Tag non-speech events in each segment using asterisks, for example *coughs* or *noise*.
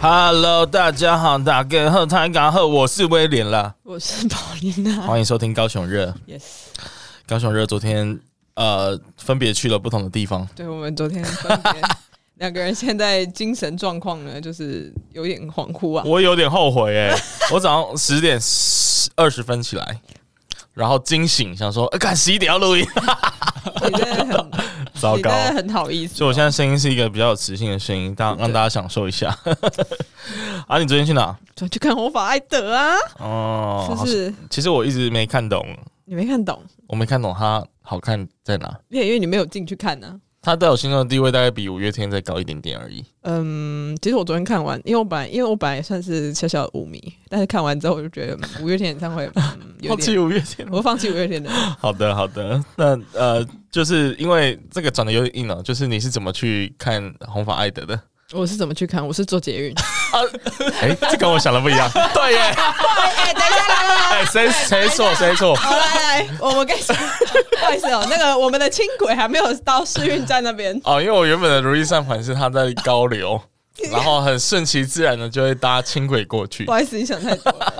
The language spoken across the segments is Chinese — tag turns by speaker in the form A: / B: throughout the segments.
A: Hello，大家好，大家好，大家好，我是威廉啦，
B: 我是宝琳娜。
A: 欢迎收听高雄热。
B: Yes，
A: 高雄热昨天呃分别去了不同的地方，
B: 对我们昨天分
A: *laughs*
B: 别两个人现在精神状况呢，就是有点恍惚啊。
A: 我有点后悔哎、 *laughs* 我早上十点二十分起来，然后惊醒，想说，呃，干十一点要录音，
B: 你真的很，
A: *laughs* 糟
B: 你真
A: 糕。
B: 的很好意思。
A: 所以我现在声音是一个比较有磁性的声音，大让大家享受一下。 *laughs* 啊，你昨天去哪？
B: 走去看《魔法艾德》啊，
A: 哦，
B: 就
A: 好
B: 是
A: 其实我一直没看懂，
B: 你没看懂，
A: 我没看懂它好看在哪。
B: 因为你没有进去看啊呢、
A: 它在我心中的地位大概比五月天再高一点点而已。
B: 嗯，其实我昨天看完，因为我本来因为我本来算是小小的舞迷，但是看完之后我就觉得嗯五月天演唱会、嗯、有
A: 放弃
B: 点，
A: 五月天哦
B: 我放弃五月天的。
A: *laughs* 好的，好的。那呃，就是因为这个转的有点硬了、哦就是你是怎么去看红发艾德的？
B: 我是怎么去看？我是坐捷运。
A: 哎、这跟我想的不一样。 *laughs* 对耶，
B: 哎、等一下，来来来，
A: 哎、谁谁错谁错？
B: 好来来，我们跟你说，不好意思哦，那个我们的轻轨还没有到试运站那
A: *laughs*
B: 边，
A: 哦，因为我原本的如意算盘是他在高流，然后很顺其自然的就会搭轻轨过去
B: 不。好意思，你想太多了。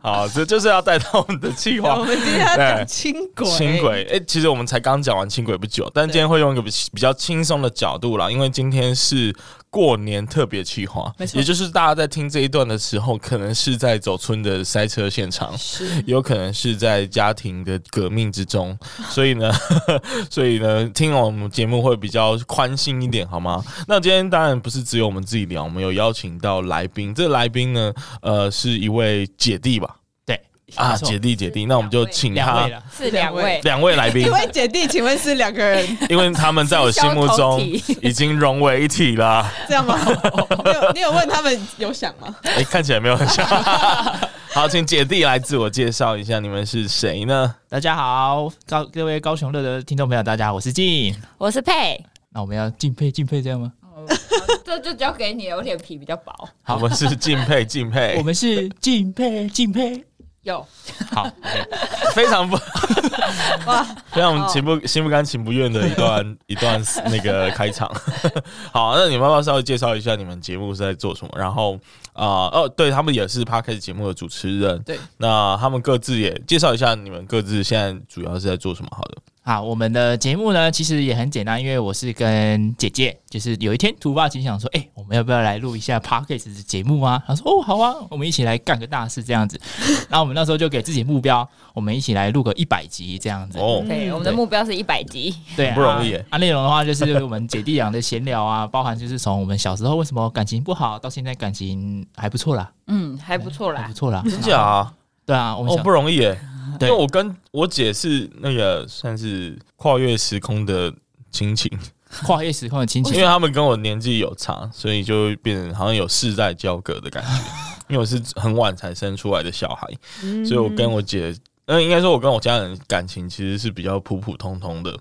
A: 好，这就是要带到我们的计划
B: 我。们今天要讲轻轨，
A: 轻轨，哎、其实我们才刚讲完轻轨不久，但今天会用一个比比较轻松的角度啦，因为今天是过年特别企划
B: 没，错
A: 也就是大家在听这一段的时候，可能是在走村的塞车现场，
B: 是
A: 有可能是在家庭的革命之中，
C: *laughs*
A: 所以呢， *laughs* 所以呢，听我们节目会比较宽心一点，好吗？那今天当然不是只有我们自己聊，我们有邀请到来宾，这个来宾呢，呃，是一位姐弟吧？
C: 对
A: 啊，
C: 没错
A: 姐弟姐弟，那我们就请
C: 两
A: 他
C: 位。了，
D: 是两位，
A: 两位来宾
B: 一，位姐弟，请问是两个人
A: 因为他们在我心目中已经融为一体了。
B: 这样
A: *laughs*
B: 吗？你有你有问他们有想吗？
A: 哎、看起来没有很像。好，请姐弟来自我介绍一下，你们是谁呢？
C: 大家好，高各位高雄乐的听众朋友，大家好，我是静。
D: 我是佩，
C: 那我们要敬佩敬佩这样吗？
D: 这就交给你了，我脸皮比较薄。
A: 我们是敬
C: *laughs*
A: 佩，敬佩
C: 我，们是敬佩敬佩。
D: 有
C: 好，OK，
A: 非常不
B: 哇，
A: 非常情不心不甘情不愿的一段一段那个开场。 *laughs* 好，那你们要不要稍微介绍一下你们节目是在做什么？然后啊、呃哦，对他们也是 p a r k a s 节目的主持人。
B: 对，
A: 那他们各自也介绍一下你们各自现在主要是在做什么？好的。
C: 好，我们的节目呢其实也很简单，因为我是跟姐姐，就是有一天突发奇想说，哎、我们要不要来录一下 podcast 的节目啊？她说，哦，好啊，我们一起来干个大事这样子。然后我们那时候就给自己目标，我们一起来录个一百集这样子。
A: 哦，
D: 嗯对，我们的目标是一百集，
C: 对，
A: 不容易
C: 啊
A: 耶。
C: 啊内、容的话，就是我们姐弟俩的闲聊啊，包含就是从我们小时候为什么感情不好，到现在感情还不错啦，
D: 嗯，还不错
C: 还
D: 啦
C: 不。错啦。
A: 真假啊？
C: 对啊，我们
A: 哦，
C: 小、
A: 不容易耶。
C: *laughs* 对
A: 因为我跟我姐是那个算是跨越时空的亲情，
C: 跨越时空的亲
A: 因
C: 情
A: 为，他们跟我年纪有差，所以就会变成好像有世代交隔的感
C: *laughs*
A: 觉。因为我是很晚才生出来的小孩，
C: 嗯
A: 所以我跟我姐，呃，应该说我跟我家人感情其实是比较普普通通的。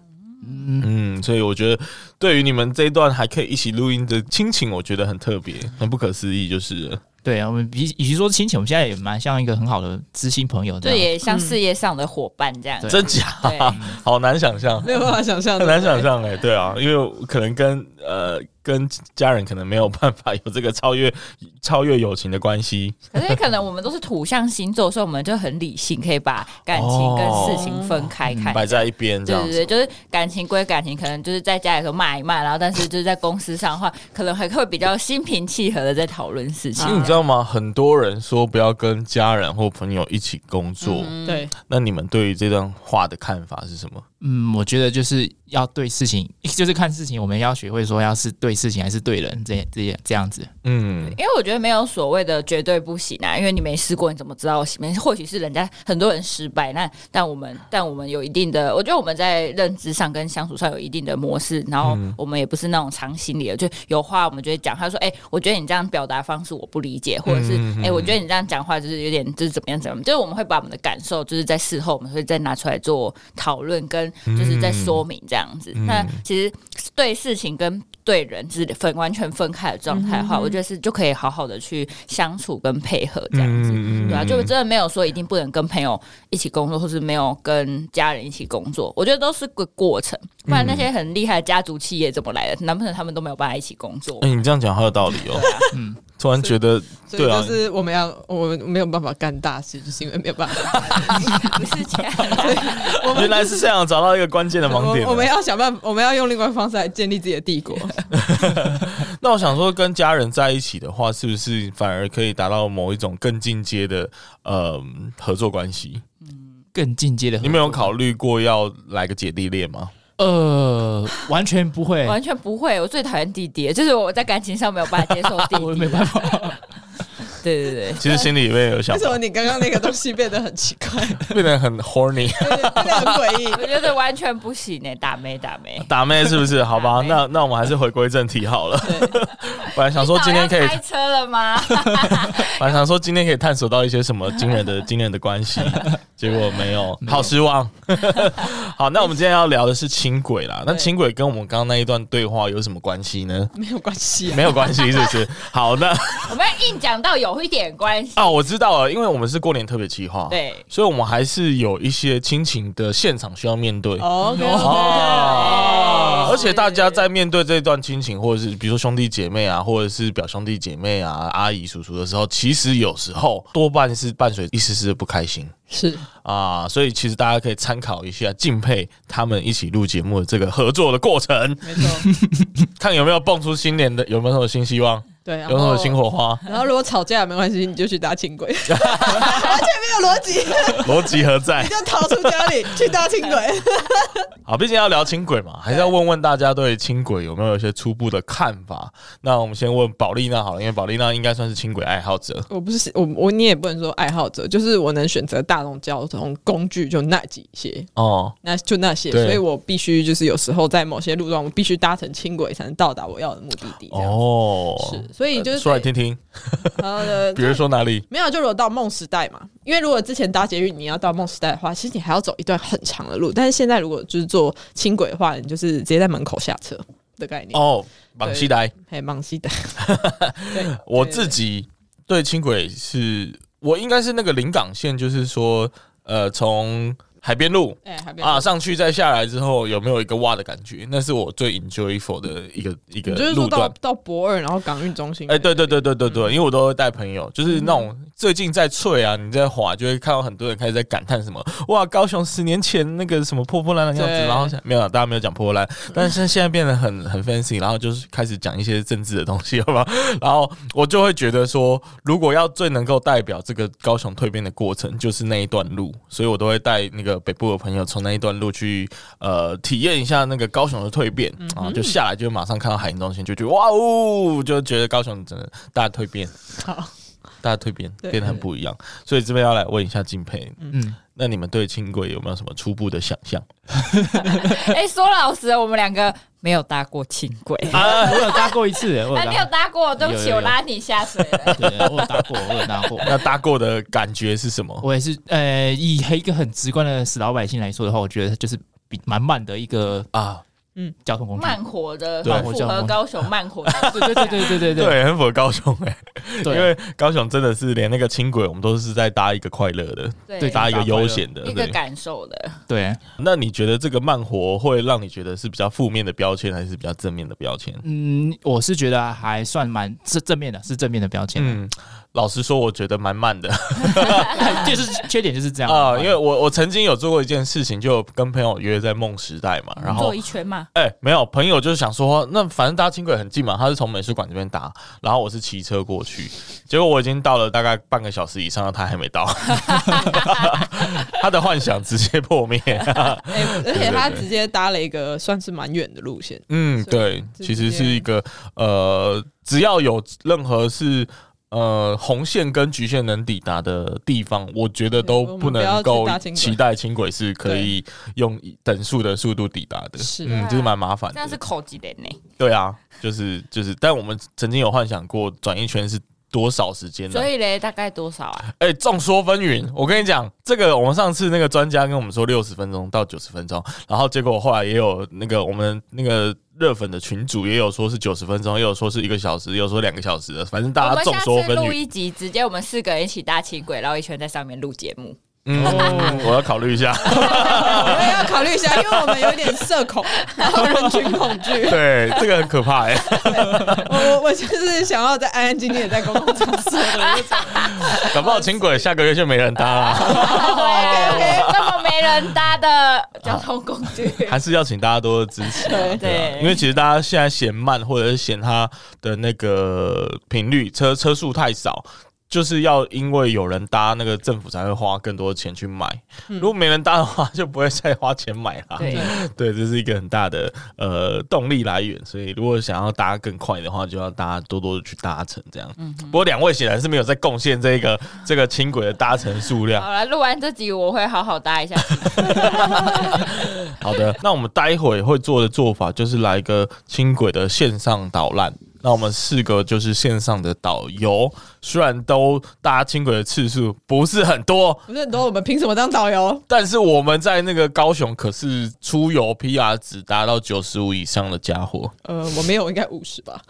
C: 嗯，
A: 嗯，所以我觉得对于你们这一段还可以一起录音的亲情，我觉得很特别，很不可思议，就是了
C: 对啊，我们比与其说亲情，我们现在也蛮像一个很好的知心朋友这
D: 这
C: 样。
D: 也像事业上的伙伴这样。
C: 对
A: 真假，
D: 嗯对，
A: *laughs* 好难想象。
B: 没有办法想象，
A: 很难想象哎、对啊，因为我可能跟呃跟家人可能没有办法有这个超越超越友情的关系，
D: 可是可能我们都是土象星座，所以我们就很理性，可以把感情跟事情分开看。
A: 摆在一边这
D: 对
A: 样
D: 对
A: 子。
D: 对，就是感情归感情，可能就是在家里的时候骂一骂，然后但是就是在公司上的话，可能还会比较心平气和的在讨论事情
A: 其。实你知道吗？很多人说不要跟家人或朋友一起工作，
B: 对，
A: 那你们对于这段话的看法是什么？
C: *laughs* 嗯，我觉得就是要对事情，就是看事情，我们要学会说，要是对事情还是对人这这这样子。
A: 嗯，
D: 因为我觉得没有所谓的绝对不行啊，因为你没试过，你怎么知道行不行？或许是人家很多人失败，那但我们但我们有一定的，我觉得我们在认知上跟相处上有一定的模式，然后
A: 嗯
D: 我们也不是那种藏心里的，就有话我们就会讲。他说：“哎、我觉得你这样表达方式我不理解，或者是
A: 嗯嗯嗯
D: 哎、我觉得你这样讲话就是有点就是怎么样怎么样。”就是我们会把我们的感受，就是在事后我们会再拿出来做讨论，跟就是
A: 嗯
D: 在说明这样子。那其实对事情跟对人是分完全分开的状态的
A: 嗯
D: 话，我觉得是就可以好好的去相处跟配合这样子，
A: 嗯嗯嗯
D: 对啊，
A: 嗯
D: 就真的没有说一定不能跟朋友一起工作，或是没有跟家人一起工作，我觉得都是个过程。不然那些很厉害的家族企业怎么来的？难不成他们都没有办法一起工作？
A: 哎、你这样讲好有道理哦。
C: 嗯
A: 突然觉得，
B: 啊所以
A: 对啊
B: 就，是我们要，我们没有办法干大事，就是因为没有办法。
D: *laughs* 不是这样，
A: *laughs* 原来是这样，找到一个关键的盲点了啊
B: 我我们要想办法，我们要用另外方式来建立自己的帝国。
A: 那我想说，跟家人在一起的话，是不是反而可以达到某一种更进阶的呃合作关系？
C: 更进阶的合作，
A: 你们有考虑过要来个姐弟恋吗？
C: 呃，完全不会，
D: 完全不会。我最讨厌弟弟了，就是我在感情上没有办法接受
A: *laughs*
D: 弟
C: 我
D: 弟。
C: 没办法。 *laughs*
D: 对对对，
A: 其实心里面有想
B: 为什么你刚刚那个东西变得很奇怪， *laughs*
A: 变得很 horny，
B: 变得很诡异？
D: 我觉得完全不行诶、打没打没。
A: 打妹是不是？好吧，
D: 打妹
A: 那那我们还是回归正题好了。 *laughs* 本来想说今天可以
D: 你早要，开车了吗？
A: *laughs*
D: *laughs*
A: 本来想说今天可以探索到一些什么惊人的惊人的关系，结果没有，好失望。 *laughs* 好，那我们今天要聊的是轻轨啦。那
B: 对
A: 轻轨跟我们刚刚那一段对话有什么关系呢？
B: 没有关系啊
A: 没，有关系，是不是？好，那
D: 我们要硬讲到有一点关系。
A: 啊，我知道了，因为我们是过年特别企划，，
D: 对，
A: 所以我们还是有一些亲情的现场需要面对。
B: 哦，OK，OK，
A: 哦，
D: 哦
A: 而且大家在面对这段亲情，或者是比如说兄弟姐妹啊，或者是表兄弟姐妹啊、阿姨叔叔的时候，其实有时候多半是伴随一丝丝的不开心
B: 是
A: 啊，所以其实大家可以参考一下，敬佩他们一起录节目的这个合作的过程，
B: 没错，
A: 看有没有蹦出新年的，有没有什么新希望，
B: 对。
A: 有
B: 然
A: 没有什么新
B: 后，
A: 火花，
B: 然后如果吵架没关系，你就去搭
A: *laughs*
B: 轻轨，完全没有逻辑，
A: 逻辑何在
B: 你？就逃出家里去搭轻轨。
A: 好，毕竟要聊轻轨嘛，还是要问问大家对轻轨有没有一些初步的看法。那我们先问宝丽娜好了，因为宝丽娜应该算是轻轨爱好者。
B: 我不是我我你也不能说爱好者，就是我能选择大众交通工具就那几些，
A: 哦，
B: 那就那些，
A: 对
B: 所以我必须就是有时候在某些路段，我必须搭乘轻轨才能到达我要的目的地。这样
A: 哦，
B: 是，所以就是
A: 说来听听， *laughs*
B: 呃，
A: 比如说哪里？
B: 没有，就如果到梦时代嘛，因为如果之前搭捷运你要到梦时代的话，其实你还要走一段很长的路，但是现在如果就是坐轻轨的话，你就是直接在门口下车的概念。哦，
A: 哦，绑西来，
B: 还忙西的，
A: 我自己对轻轨是，我应该是那个临港线，就是说，呃，从海边路。
B: 哎，还没有
A: 啊，，上去再下来之后，有没有一个哇的感觉？那是我最 enjoyful 的一个一个
B: 你就是
A: 路
B: 说到嗯
A: 段。
B: 到博尔，然后港运中心。
A: 哎、对对对对对对，因为我都会带朋友，就是那种最近在脆啊，你在滑，就会看到很多人开始在感叹什么，哇，高雄十年前那个什么破破烂烂的样子，
B: 对
A: 然后想没有啦，大家没有讲破破烂，但是现在变得很很 fancy，然后就是开始讲一些政治的东西，好 *laughs* 吧？然后我就会觉得说，如果要最能够代表这个高雄蜕变的过程，就是那一段路，所以我都会带那个北部的朋友从那一段路去呃体验一下那个高雄的蜕变啊，然后就下来就马上看到海印中心，就觉得哇哦，就觉得高雄真的大蜕变，
B: 好，
A: 大蜕变
B: 对
A: 变得很不一样，所以这边要来问一下敬佩，
C: 嗯，
A: 那你们对轻轨有没有什么初步的想象？
D: 哎、说老实的，我们两个没有搭过轻轨。
C: 啊，我有搭过一次，我
D: 啊，
C: 有
D: 你有
C: 搭，
D: 搭过？对不
C: 有
D: 起，
C: 有有
D: 我拉你下水
C: *laughs*
D: 了。
C: 对，我有搭过，我有搭过。
A: 那搭过的感觉是什么？
C: 我也是，呃，以一个很直观的死老百姓来说的话，我觉得它就是比蛮慢的一个
A: 啊，
C: 交通工具。
D: 慢活的，
A: 对
D: 符合高雄慢活
C: *laughs*
D: 的。
C: 对对对对对对
A: 对，很符合高雄哎、
C: 对，
A: 因为高雄真的是连那个轻轨，我们都是在搭一个快乐的，
C: 对
A: 搭一个悠闲的。
D: 一个
A: 对，
D: 感受的。
C: 对，
A: 那你觉得这个慢活会让你觉得是比较负面的标签，还是比较正面的标签？
C: 嗯，我是觉得还算蛮是正面的，是正面的标签。
A: 嗯，老实说，我觉得蛮慢的
C: *laughs* 就是缺点就是这样
A: 啊、因为我我曾经有做过一件事情，就跟朋友约在梦时代嘛，然后
D: 做一圈嘛，
A: 哎、没有朋友就是想说，那反正搭轻轨很近嘛，他是从美术馆这边搭，然后我是骑车过去，结果我已经到了大概半个小时以上，他还
B: *laughs*
A: 没到， *laughs* 他的幻想直接破灭。
B: 哎、而且他直接搭了一个算是蛮远的路
A: *laughs*
B: 线，
A: 嗯，
B: 所
A: 对
B: 以，
A: 其
B: 直
A: 实是一
B: 接
A: 个呃，只要有任何是。呃，红线跟局限能抵达的地方，我觉得都
B: 对我们
A: 不
B: 不要
A: 能
B: 去
A: 够
B: 搭轻轨
A: 期待轻轨是可以用等速的速度抵达的。
B: 是啊
A: 嗯，就是蛮麻烦
D: 这样是
A: 的。
D: 口级的呢。
A: 对啊，就是就是，但我们曾经有幻想过转一圈是多少时间呢、
D: 所以嘞，大概多少啊？
A: 哎、众说纷纭。我跟你讲，这个我们上次那个专家跟我们说六十分钟到九十分钟，然后结果后来也有那个我们那个热粉的群主也有说是九十分钟，也有说是一个小时，也有说两个小时的，反正
D: 我
A: 大家
D: 们
A: 众
D: 下
A: 说
D: 次
A: 纷
D: 录
A: 纭。
D: 一集，直接我们四个人一起搭轻轨绕一圈，在上面录节目。
A: *laughs* 嗯，我要考虑一下。 *laughs*
B: 我也要考虑一下，因为我们有点社恐， *laughs* 然后人群恐惧。
A: 对，这个很可怕哎、
B: 我我我就是想要在安安静静的在公共场所。 *laughs*
A: 搞不好轻轨下个月就没人搭了，
D: 对，这么没人搭的交通工具，
A: *laughs* 还是要请大家多多支持。
B: 对
A: 对啊，因为其实大家现在嫌慢，或者是嫌它的那个频率车车速太少，就是要因为有人搭，那个政府才会花更多钱去买。如果没人搭的话，就不会再花钱买啦。
D: 对，
A: *laughs* 对，这是一个很大的呃动力来源。所以如果想要搭更快的话，就要大家多多的去搭乘这样。不过两位显然是没有在贡献这个这个轻轨的搭乘数量。
D: 好了，录完这集我会好好搭一下。
C: *laughs*
A: 好的， *laughs* 那我们待会会做的做法就是来一个轻轨的线上导览。那我们四个就是线上的导游，虽然都搭轻轨的次数不是很多，
B: 不是很多，我们凭什么当导游？
A: 但是我们在那个高雄可是出游 PR 只达到九十五以上的家伙。
B: 呃，我没有，应该五十吧。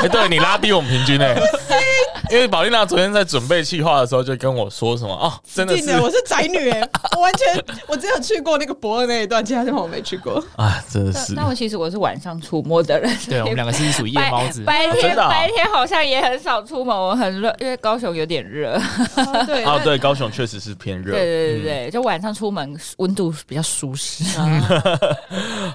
A: 哎、对你拉低我们平均哎、 *laughs* 因为宝丽娜昨天在准备计划的时候就跟我说什么哦，真的
B: 定
A: 是
B: 的，我是宅女哎、我完全我只有去过那个博尔那一段，其他地方我没去过。
A: 啊，真的是
D: 但但我其实我是晚上出没的人，
C: *laughs* 对我们两个是属于夜
D: *laughs* 白
C: 猫子，
D: 白
A: 真
D: 天
A: 的啊
D: 白天好像也很少出门，我很热，因为高雄有点热。
B: 对
A: 啊，对，高雄确实是偏热，
D: *laughs* 对
A: 嗯
D: 对对对，就晚上出门温度比较舒
A: *laughs*
D: 适。
A: 啊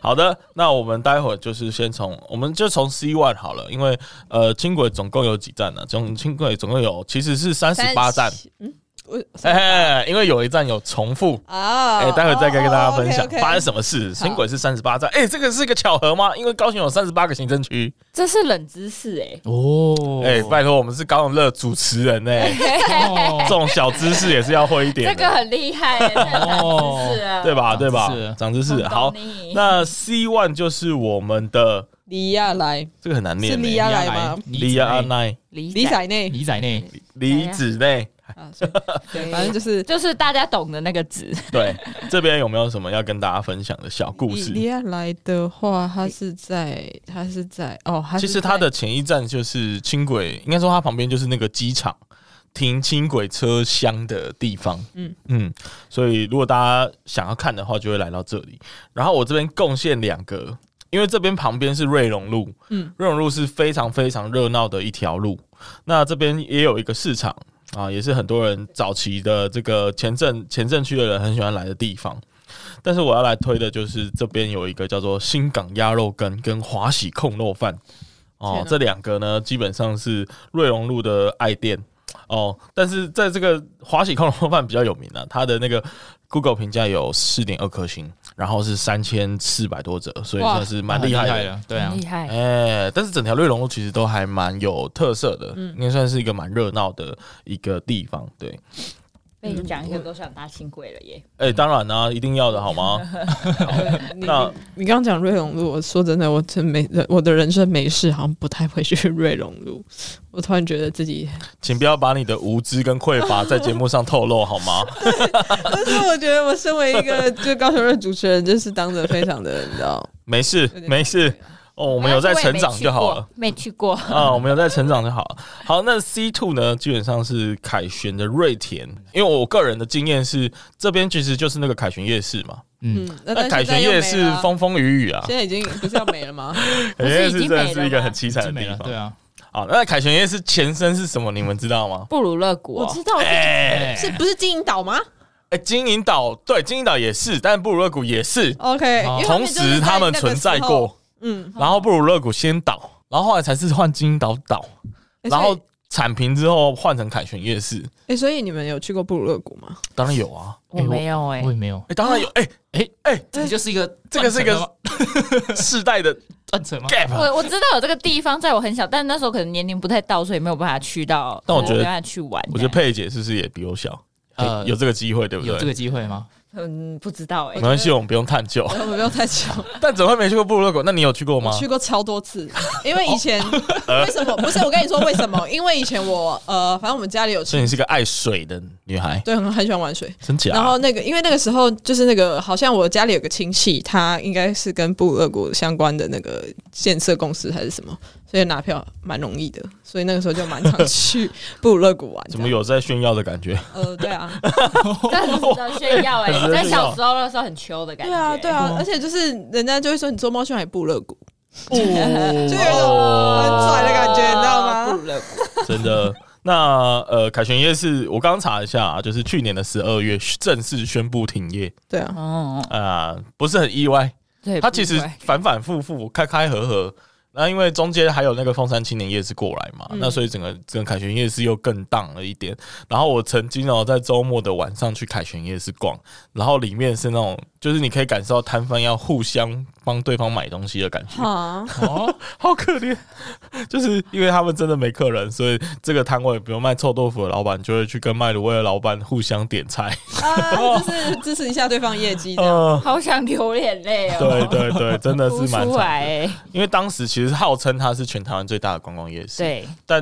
A: 好的，那我们待会儿就是先从，我们就从 C one 好了，因为呃，轻轨总共有几站呢、总轻轨总共有其实是三十八站，，
B: 嗯，我
A: 哎、因为有一站有重复。
B: 啊，
A: 哎、待会儿再跟跟大家分享发生
B: OK，OK
A: 什么事。轻轨是三十八站，哎、这个是个巧合吗？因为高雄有三十八个行政区。
D: 这是冷知识哎、
C: 哦，
A: 哎、拜托，我们是高雄乐主持人哎、
C: *laughs*
A: 这
C: 哦，
A: 种小知识也是要会一点
D: 这
A: 的，
D: 个很厉
A: *laughs*
D: 害、欸，这个冷
C: 哦
D: 知识啊，
A: 哦对吧？对吧
C: 长知识？
A: 长知识。
D: 懂
A: 好
D: 你，
A: 那 C one 就是我们的
B: 李亚来
A: 这个很难念、
B: 是
A: 欸，
B: 李亚来吗？
A: 李亚啊奈
D: 理
B: 李
D: 解
B: 仔内
C: 李仔内，
A: 李子内。
B: 啊，所以反正就是
D: 就是大家懂的那个字，
A: 对， *laughs* 这边有没有什么要跟大家分享的小 *laughs* 故
B: 李
A: 事？
B: 李亚来的话，他是在他是在哦，他
A: 其
B: 是
A: 实
B: 在
A: 它的前一站就是轻轨，应该说它旁边就是那个机场停轻轨车厢的地方。嗯
B: 嗯
A: 嗯，所以如果大家想要看的话，就会来到这里。然后我这边贡献两个，因为这边旁边是瑞龙路，嗯
B: 嗯，
A: 瑞龙路是非常非常热闹的一条路。那这边也有一个市场啊，也是很多人早期的这个前镇前镇区的人很喜欢来的地方。但是我要来推的就是这边有一个叫做新港鸭肉羹跟华喜控肉饭哦
B: 天，啊
A: 这两个呢基本上是瑞龙路的爱店哦，但是在这个华喜控肉饭比较有名啊，它的那个 Google 评价有四点二颗星，然后是三千四百多折，所以
B: 哇
A: 算是蛮厉害的。
C: 的，对啊
D: 很，厉害。
A: 哎、但是整条瑞龙路其实都还蛮有特色的，
B: 嗯
A: 应该算是一个蛮热闹的一个地方。对，
D: 被你哎讲一个都想搭轻轨了耶！
A: 哎、当然啦、一定要的好
B: *laughs*
A: 吗？
B: 你
A: 那
B: 你刚刚讲瑞龙路，我说真的，我真没我的人生没事，好像不太会去 *laughs* 瑞龙路。我突然觉得
A: *laughs*
B: 自己，
A: 请不要把你的无知跟匮乏在节目上透露好
B: *laughs*
A: 吗？
B: 但是我觉得我身为一个
A: *laughs*
B: 就高雄的主持人，就是当的非常的，你知道，
A: 没事
B: 有，点
A: 没事。哦，我们有在成长就好了。
D: 没去过，
A: 啊，我们有在成长就好了。好，那 C two 呢，基本上是凯旋的瑞田，因为我个人的经验是，这边其实就是那个凯旋夜市嘛。
C: 嗯
B: 嗯，那
A: 那
B: 但
A: 凯
B: 现在
A: 旋
B: 又
A: 夜
B: 没
A: 市
B: 了啊
A: 风风雨雨啊，
B: 现在已经不是要没了吗？
A: 凯旋夜市真的
D: 不是已经
A: 是
D: 没
A: 一
D: 了
A: 个
D: 吗
A: 很凄
C: 是
A: 惨的
C: 没
A: 地
C: 了，
A: 方
C: 对。啊，
A: 啊，那凯旋夜市前身是什么？你们知道吗？
D: 布鲁勒谷、
B: 我
D: 哦，
B: 知道，
A: 哎、
B: 是不是金银岛吗
A: 哎，金银岛对，金银岛也是，但布鲁勒谷也是， *laughs*
B: ？OK，因为
A: 同时他们存在过，，
B: 嗯，
A: 然后布鲁勒谷先倒，然后后来才是换金银岛倒，然后铲平之后换成凯旋夜市，
B: 哎，所以你们有去过布鲁勒谷
A: *laughs*
B: 吗？
A: 当然有啊，
D: 我没有哎、
C: 我也没有
A: 哎、。当然有，哎哎
C: 哎
A: 哎，
C: 这个就是一个
A: 这个是一个 *laughs* 世代的
C: 断层吗？
A: gap，
D: *laughs* 我我知道有这个地方，在我很小，但那时候可能年龄不太到，所以没有办法去到。
A: 但我觉得
D: 没有办法去玩。
A: 我觉得佩姐是不是也比我小？
C: 哎
A: 哎
C: 呃
A: 有这个机会对不
C: 有这
A: 对？
C: 个机会吗？
D: 嗯，不知道哎、
A: *laughs* 没关系，我们不用探究。
B: 我没有太久，
A: 但怎么会没去过布鲁勒谷？那你有去过
B: 呃我
A: 吗？哦
B: 去过超
A: *laughs*
B: 多次，因为以前 *laughs* 为什么不是？我跟你说为什么？因为以前我呃，反正我们家里有
A: 所以
B: 亲
A: 你是个爱水的女孩，
B: 对，很很喜欢玩水，
A: 真假？
B: 然后那个，因为那个时候就是那个，好像我家里有个亲戚，他应该是跟布鲁俄国相关的那个建设公司还是什么，所以拿票蛮容易的，所以那个时候就蛮常去 *laughs* 布鲁俄国玩。
A: 怎么？有在炫耀的感觉？
B: 呃，对啊，
D: 但很值得炫耀哎、
A: 很值得
D: 在
A: 炫耀
D: 小时候的时候很秋的感觉。
A: *laughs*
B: 对啊，对
A: 哦
B: 啊，而且就是人家就会说你做猫去哪里布鲁俄国，就有一种
A: 哦，
B: 很拽的感觉，你知道
D: 布
B: 吗？
D: 鲁勒谷
A: 真的。那呃，凯旋夜市，我刚查一下、啊，就是去年的十二月正式宣布停业
B: 对啊，
D: 哦，
A: 啊、不是很意外。
D: 对，
A: 它其实
D: 不意外
A: 反反复复，开开合合。那因为中间还有那个凤山青年夜市过来嘛，
B: 嗯
A: 那所以整个整个凯旋夜市又更荡了一点。然后我曾经哦，在周末的晚上去凯旋夜市逛，然后里面是那种，就是你可以感受到摊贩要互相帮对方买东西的感觉。
B: 哈，
C: 哦，
A: 好可怜， *laughs* 就是因为他们真的没客人，所以这个摊位，比如卖臭豆腐的老板就会去跟卖卤味的老板互相点菜。
B: 啊，
A: 哦
B: 就是支持一下对方业绩这样。
D: *laughs*
A: 嗯，
D: 好想流眼泪哦，
A: 对 *laughs* 对对，真
D: *laughs*
A: 的
D: 哭
A: 是蛮惨
D: 出
A: 的。
D: 来哎、
A: 因为当时其实号称它是全台湾最大的观光夜市，
D: 对，
A: 但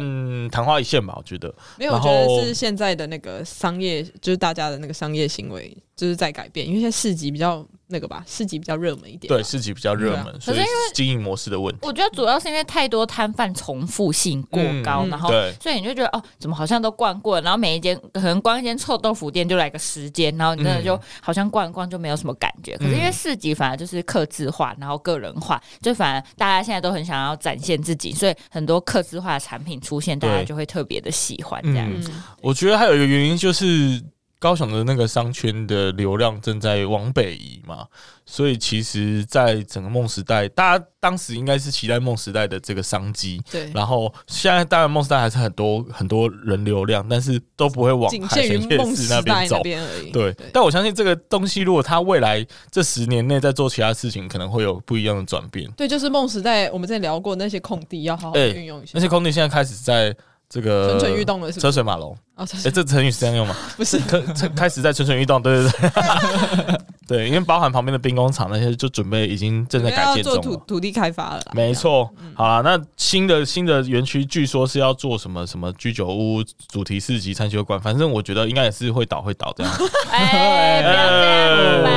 A: 昙花一现吧，我觉得。
B: 没有，我
A: 然
B: 觉
A: 后
B: 得是现在的那个商业，就是大家的那个商业行为，就是在改变，因为现在市集比较那个吧，市集比较热门一点吧。啊
A: 对市集比较热门，所以
D: 可是因
A: 经营模式的问题。
D: 我觉得主要是因为太多摊贩重复性过高，
B: 嗯
D: 然后
A: 对
D: 所以你就觉得哦，怎么好像都逛过，然后每一间可能光一间臭豆腐店就来个十间，然后你真的
A: 嗯
D: 就好像逛一逛就没有什么感觉。可是因为市集反而就是客制化，然后个人化，就反而大家现在都很想要展现自己，所以很多客制化的产品出现，大
A: 对
D: 家就会特别的喜欢这样。
A: 嗯
B: 嗯，
A: 我觉得还有一个原因就是高雄的那个商圈的流量正在往北移嘛，所以其实，在整个梦时代，大家当时应该是期待梦时代的这个商机。
B: 对，
A: 然后现在当然梦时代还是很多很多人流量，但是都不会往
B: 仅
A: 海
B: 限于
A: 神夜
B: 梦
A: 市
B: 时
A: 那
B: 代
A: 边
B: 那
A: 走。
B: 边而已。
A: 对，但我相信这个东西，如果它未来这十年内在做其他事情，可能会有不一样的转变。
B: 对，就是梦时代，我们之前聊过那些空地要好好
A: 哎
B: 运用一下
A: 那。些空地现在开始在这个
B: 蠢蠢欲动了是不是
A: 车水马龙。
B: 哦，这
A: 哎、
B: 是
A: 这成语是这样用吗？
B: 不是？
A: 开开始在蠢蠢欲动，对对对，对，因为包含旁边的兵工厂那些，就准备已经正在改
B: 要
A: 建
B: 做
A: 中
B: 土
A: 了。
B: 土地开发了啦。
A: 没错，好啦，那新的新的园区据说是要做什么什么居酒屋、主题市集、餐酒馆，反正我觉得应该也是会倒会倒这样。
D: 哎、
A: *laughs*
D: 不要这样吧。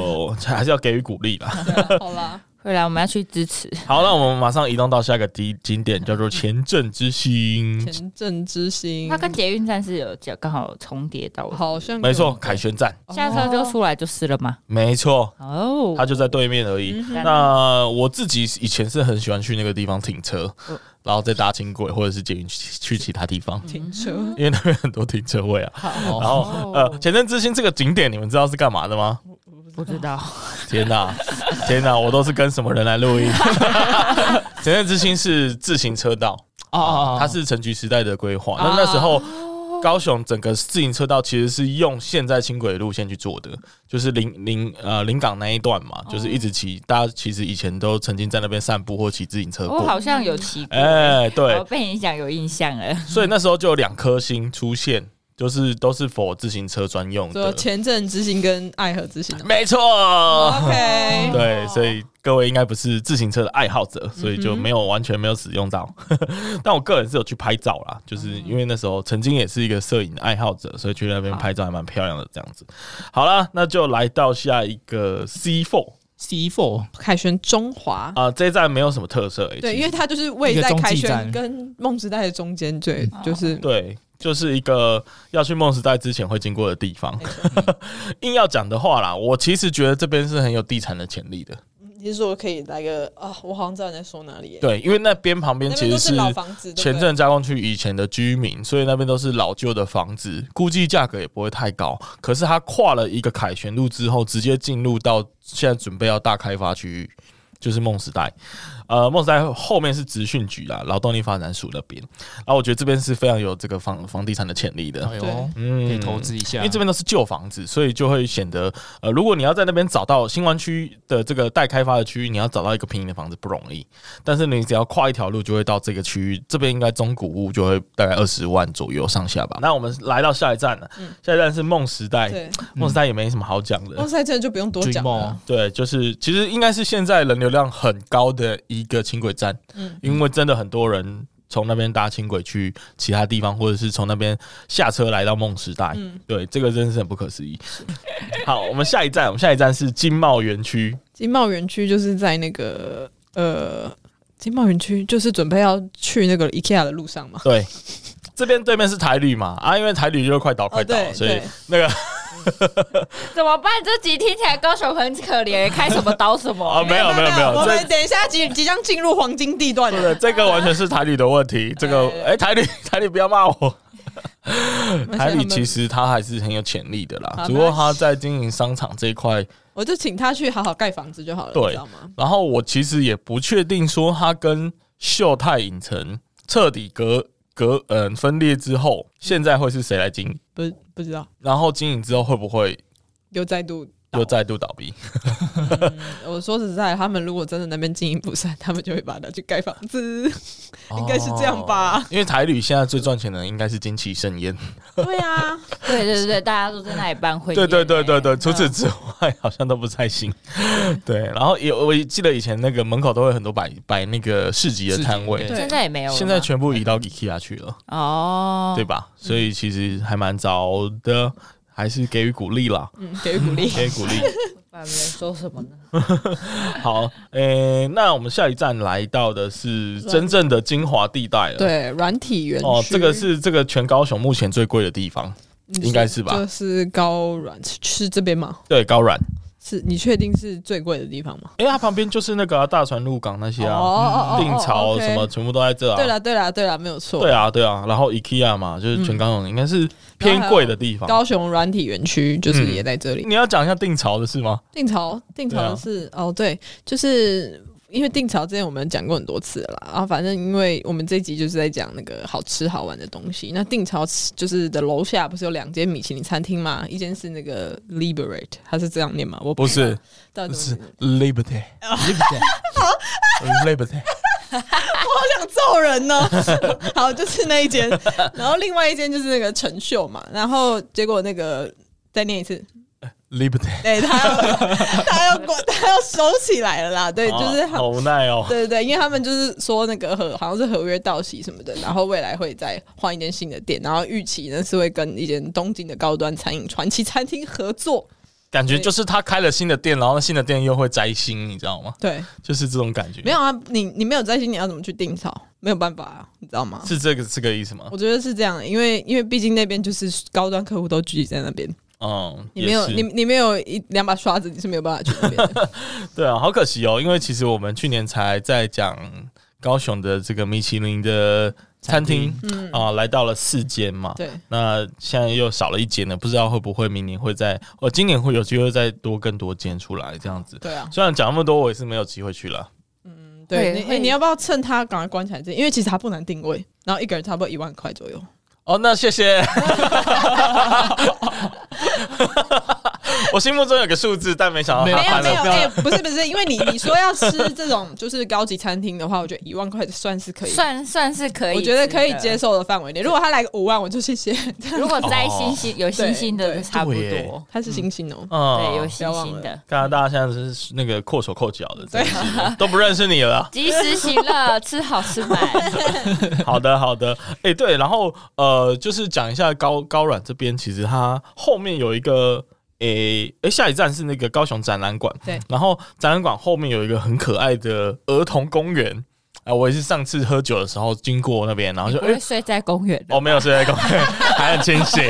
A: 哦，还是要给予鼓励啦。
B: 这样，对啊 *laughs* 好啦，
A: *laughs*
D: 未来我们要去支持，
A: 好，那我们马上移动到下一个地景点，叫做前镇之星。
B: 前阵之
A: 嗯
B: 星
D: 它，跟捷运站是有刚好重叠到，
B: 好像
A: 没错，凯旋站，
D: 下车就
B: 说
D: 出来就是了吗？
A: 没错，
D: 哦，
A: 它就在对面而已。
D: 嗯哼
A: 那我自己以前是很喜欢去那个地方停车
D: 嗯，
A: 然后再搭轻轨或者是捷运去去其他地方，
B: 停车，
A: 因为那边很多停车位啊。
C: 好
A: 然后
D: 哦
A: 呃，前镇之星这个景点，你们知道是干嘛的吗？
D: 不知道，
A: 天哪、天哪、我都是跟什么人来录
D: *laughs*
A: 音？前镇之星是自行车道，
C: 哦哦，
A: 它是城区时代的规划。那那时候。高雄整个自行车道其实是用现在轻轨路线去做的，就是临临呃临港那一段嘛，就是一直骑，大家其实以前都曾经在那边散步或骑自行车
D: 我
A: 过。
D: 哦好像有骑过。
A: 哎、
D: 我
A: 对，
D: 被你讲有印象了。
A: 所以那时候就有两颗星出现，就是都是否自行车专用
B: 说
A: 的。
B: 前阵之星跟爱河
A: *laughs*
B: 之星。
A: 没错， *laughs*
B: OK，
A: 对，所以各位应该不是自行车的爱好
B: 嗯
A: 者，所以就没有完全没有使用到。 *laughs* 但我个人是有去拍照啦，就是因为那时候曾经也是一个摄影爱好者，所以去那边拍照还蛮漂亮的这样子。好啦，那就来到下一个 C Four
C: C Four
B: 凯旋中华。
A: 啊，这一站没有什么特色、欸，
B: 对，
A: 其
B: 因
A: 实
B: 为它就是位
C: 一个
B: 在
C: 中继
B: 凯旋
C: 站
B: 跟梦时代的中间，对，就是
A: 对。就是一个要去梦时代之前会经过的 *laughs* 地方。硬要讲的话啦，我其实觉得这边是很有地产的潜力的。
B: 你是说可以来个啊？我好像知道你在说哪里耶、
A: 对，因为那边旁边
B: 那
A: 其
B: 边都
A: 实
B: 是老房子，对不对
A: 前镇加工区以前的居民，所以那边都是老旧的房子，估计价格也不会太高。可是它跨了一个凯旋路之后，直接进入到现在准备要大开发区域，就是梦时代。呃，梦时代后面是职训局啦，劳动力发展署那边。然后我觉得这边是非常有这个房房地产的潜力的。
C: 哎
B: 对
C: 呦，
A: 嗯
C: 可以投资一下，
A: 因为这边都是旧房子，所以就会显得呃，如果你要在那边找到新湾区的这个待开发的区域，你要找到一个平宜的房子不容易。但是你只要跨一条路，就会到这个区域。这边应该中古屋就会大概二十万左右上下吧。那我们来到下一站了，下一站是梦时代。
B: 对，
A: 梦时代也没什么好讲的
B: 哇，塞，真的就不用多
C: 追
B: 讲
C: 梦
B: 了
C: 啊。
A: 对，就是其实应该是现在人流量很高的一个轻轨站，
B: 嗯
A: 因为真的很多人从那边搭轻轨去其他地方，或者是从那边下车来到梦时代。
B: 嗯
A: 对，这个真是很不可思议。 *laughs* 好，我们下一站，我们下一站是金茂园区。
B: 金茂园区就是在那个呃，金茂园区就是准备要去那个 IKEA 的路上嘛。
A: 对，这边对面是台旅嘛，啊，因为台旅就是快倒快倒，
B: 哦对
A: 所以
B: 对
A: 那个
D: 怎么办？这集听起来高雄很可怜，开什么倒什么。
A: 啊，没有没有没有，
B: *laughs* 我
A: 这
B: 们等一下即即将进入黄金地段
A: 对对，
B: 了，
A: 这个完全是台旅的问题。这个
B: 对对
A: 哎、台旅台旅不要骂我。
B: 们
A: 台旅其实它还是很有潜力的啦，
B: 好
A: 只不过它在经营商场这一块，
B: *laughs* 我就请他去好好盖房子就好了，
A: 对
B: 你知道吗？
A: 然后我其实也不确定说它跟秀泰影城彻底隔隔嗯、分裂之后，现在会是谁来经营，
B: 不是不知道
A: 然后经营之后会不会
B: 有再度。
A: 又再度倒闭？
B: 我说实在，他们如果真的那边经营不善，他们就会把它去盖房子，
A: 哦
B: 应该是这样吧？
A: 因为台旅现在最赚钱的应该是金旗盛宴，
B: 对啊，
D: 对对对，大家都在那里办
A: *laughs*
D: 会。嗯
A: 对对对对。对，除此之外好像都不太行。对，然后也我记得以前那个门口都会很多摆摆那个市集的摊位
C: 市，
B: 对
D: 现在也没有了吗。
A: 现在全部移到 IKEA 去了，
D: 哦，
A: 对吧？所以其实还蛮早的，还是给予鼓励啦，
B: 嗯，给予鼓励。
A: 给予鼓励。 *laughs*
D: 不然能说什么呢？
A: 好，诶，那我们下一站来到的是真正的精华地带了。。
B: *laughs* 对，软体园区
A: 哦，这个是这个全高雄目前最贵的地方，
B: 你
A: 应该是吧
B: 就是高软是这边吗？
A: 对高软，
B: 是你确定是最贵的地方吗？
A: 哎、它旁边就是那个啊、大船入港那些啊，
B: 哦
A: 定潮
B: OK
A: 什么全部都在这啊。
B: 对啦，对啦，对啦，没有错。
A: 对啊，对啊。然后 IKEA 嘛，就是全港永应该是偏贵的地方。
B: 高雄软体园区就是也在这里。
A: 你要讲一下定潮的事吗？
B: 定潮，定
A: 嗯对啊
B: 潮是、哦，对，就是因为定潮之前我们讲过很多次了啦，然啊后反正因为我们这一集就是在讲那个好吃好玩的东西。那定潮吃就是的楼下不是有两间米其林餐厅吗？一间是那个 Liberate，它是这样念吗？我
A: 不是，
B: 到底
A: 是
B: 怎么念
A: Liberty，Liberty，Liberty。
B: 想揍人呢。 *laughs* 好，就是那一间，然后另外一间就是那个陈秀嘛，然后结果那个再念一次，
A: Liberty，
B: 对他要他要关 *laughs* 他要收起来了啦， *laughs* 对，就是
A: 哦
B: 他。
A: 好无奈哦。
B: 对对对，因为他们就是说那个合好像是合约到期什么的，然后未来会再换一间新的店，然后预期呢是会跟一间东京的高端餐饮传奇餐厅合作。
A: 感觉就是他开了新的店，然后那新的店又会摘星，你知道吗？
B: 对，
A: 就是这种感觉。
B: 没有啊，你你没有在心，你要怎么去定潮？没有办法、啊，你知道吗？
A: 是这个这个意思吗？
B: 我觉得是这样，因为因为毕竟那边就是高端客户都聚集在那边，
A: 嗯，
B: 你没有
A: 也是
B: 你你没有一两把刷子，你是没有办法去那边的。
A: 对啊，好可惜哦，因为其实我们去年才在讲高雄的这个米其林的餐厅啊、来到了四间嘛。
B: 嗯对，
A: 那现在又少了一间呢，不知道会不会明年会再，哦，今年会有机会再多更多间出来这样子。
B: 对啊，
A: 虽然讲那么多，我也是没有机会去了。
B: 对，
D: 会
B: 你、
D: 会
B: 哎你要不要趁它赶快关起来这？因为其实它不难定位，然后一个人差不多一万块左右。
A: 哦，那谢谢。我心目中有个数字，但没想到
C: 没
A: 它
C: 有
B: 没
A: 翻
B: 有没有，
A: 了。
B: 哎、 *laughs* 不是不是，因为你你说要吃这种就是高级餐厅的话，我觉得一万块算是可以，
D: 算算是可以，
B: 我觉得可以接。受的范围内。如果他来个五万，我就谢谢。
D: 如果摘星
A: 哦
D: 星有星星
B: 对
D: 的
B: 对
D: 差不多，
C: 对
D: 对
C: 耶
B: 他是星星哦、
D: 有
A: 嗯，
D: 星星的。
A: 加拿大现在是那个扣手扣脚的，真是都不认识你
B: *laughs*
A: 了。
D: 及时行乐，吃好吃
A: *laughs*
D: 满。
A: 好的，好的，哎、对，然后呃，就是讲一下高高软这边，其实它后面有一个，诶、诶、下一站是那个高雄展览馆，
B: 对，
A: 然后展览馆后面有一个很可爱的儿童公园，啊、我也是上次喝酒的时候经过那边，然后就
D: 不
A: 哎。
D: 会睡在公园的
A: 哦，没有睡在公园，还很清醒，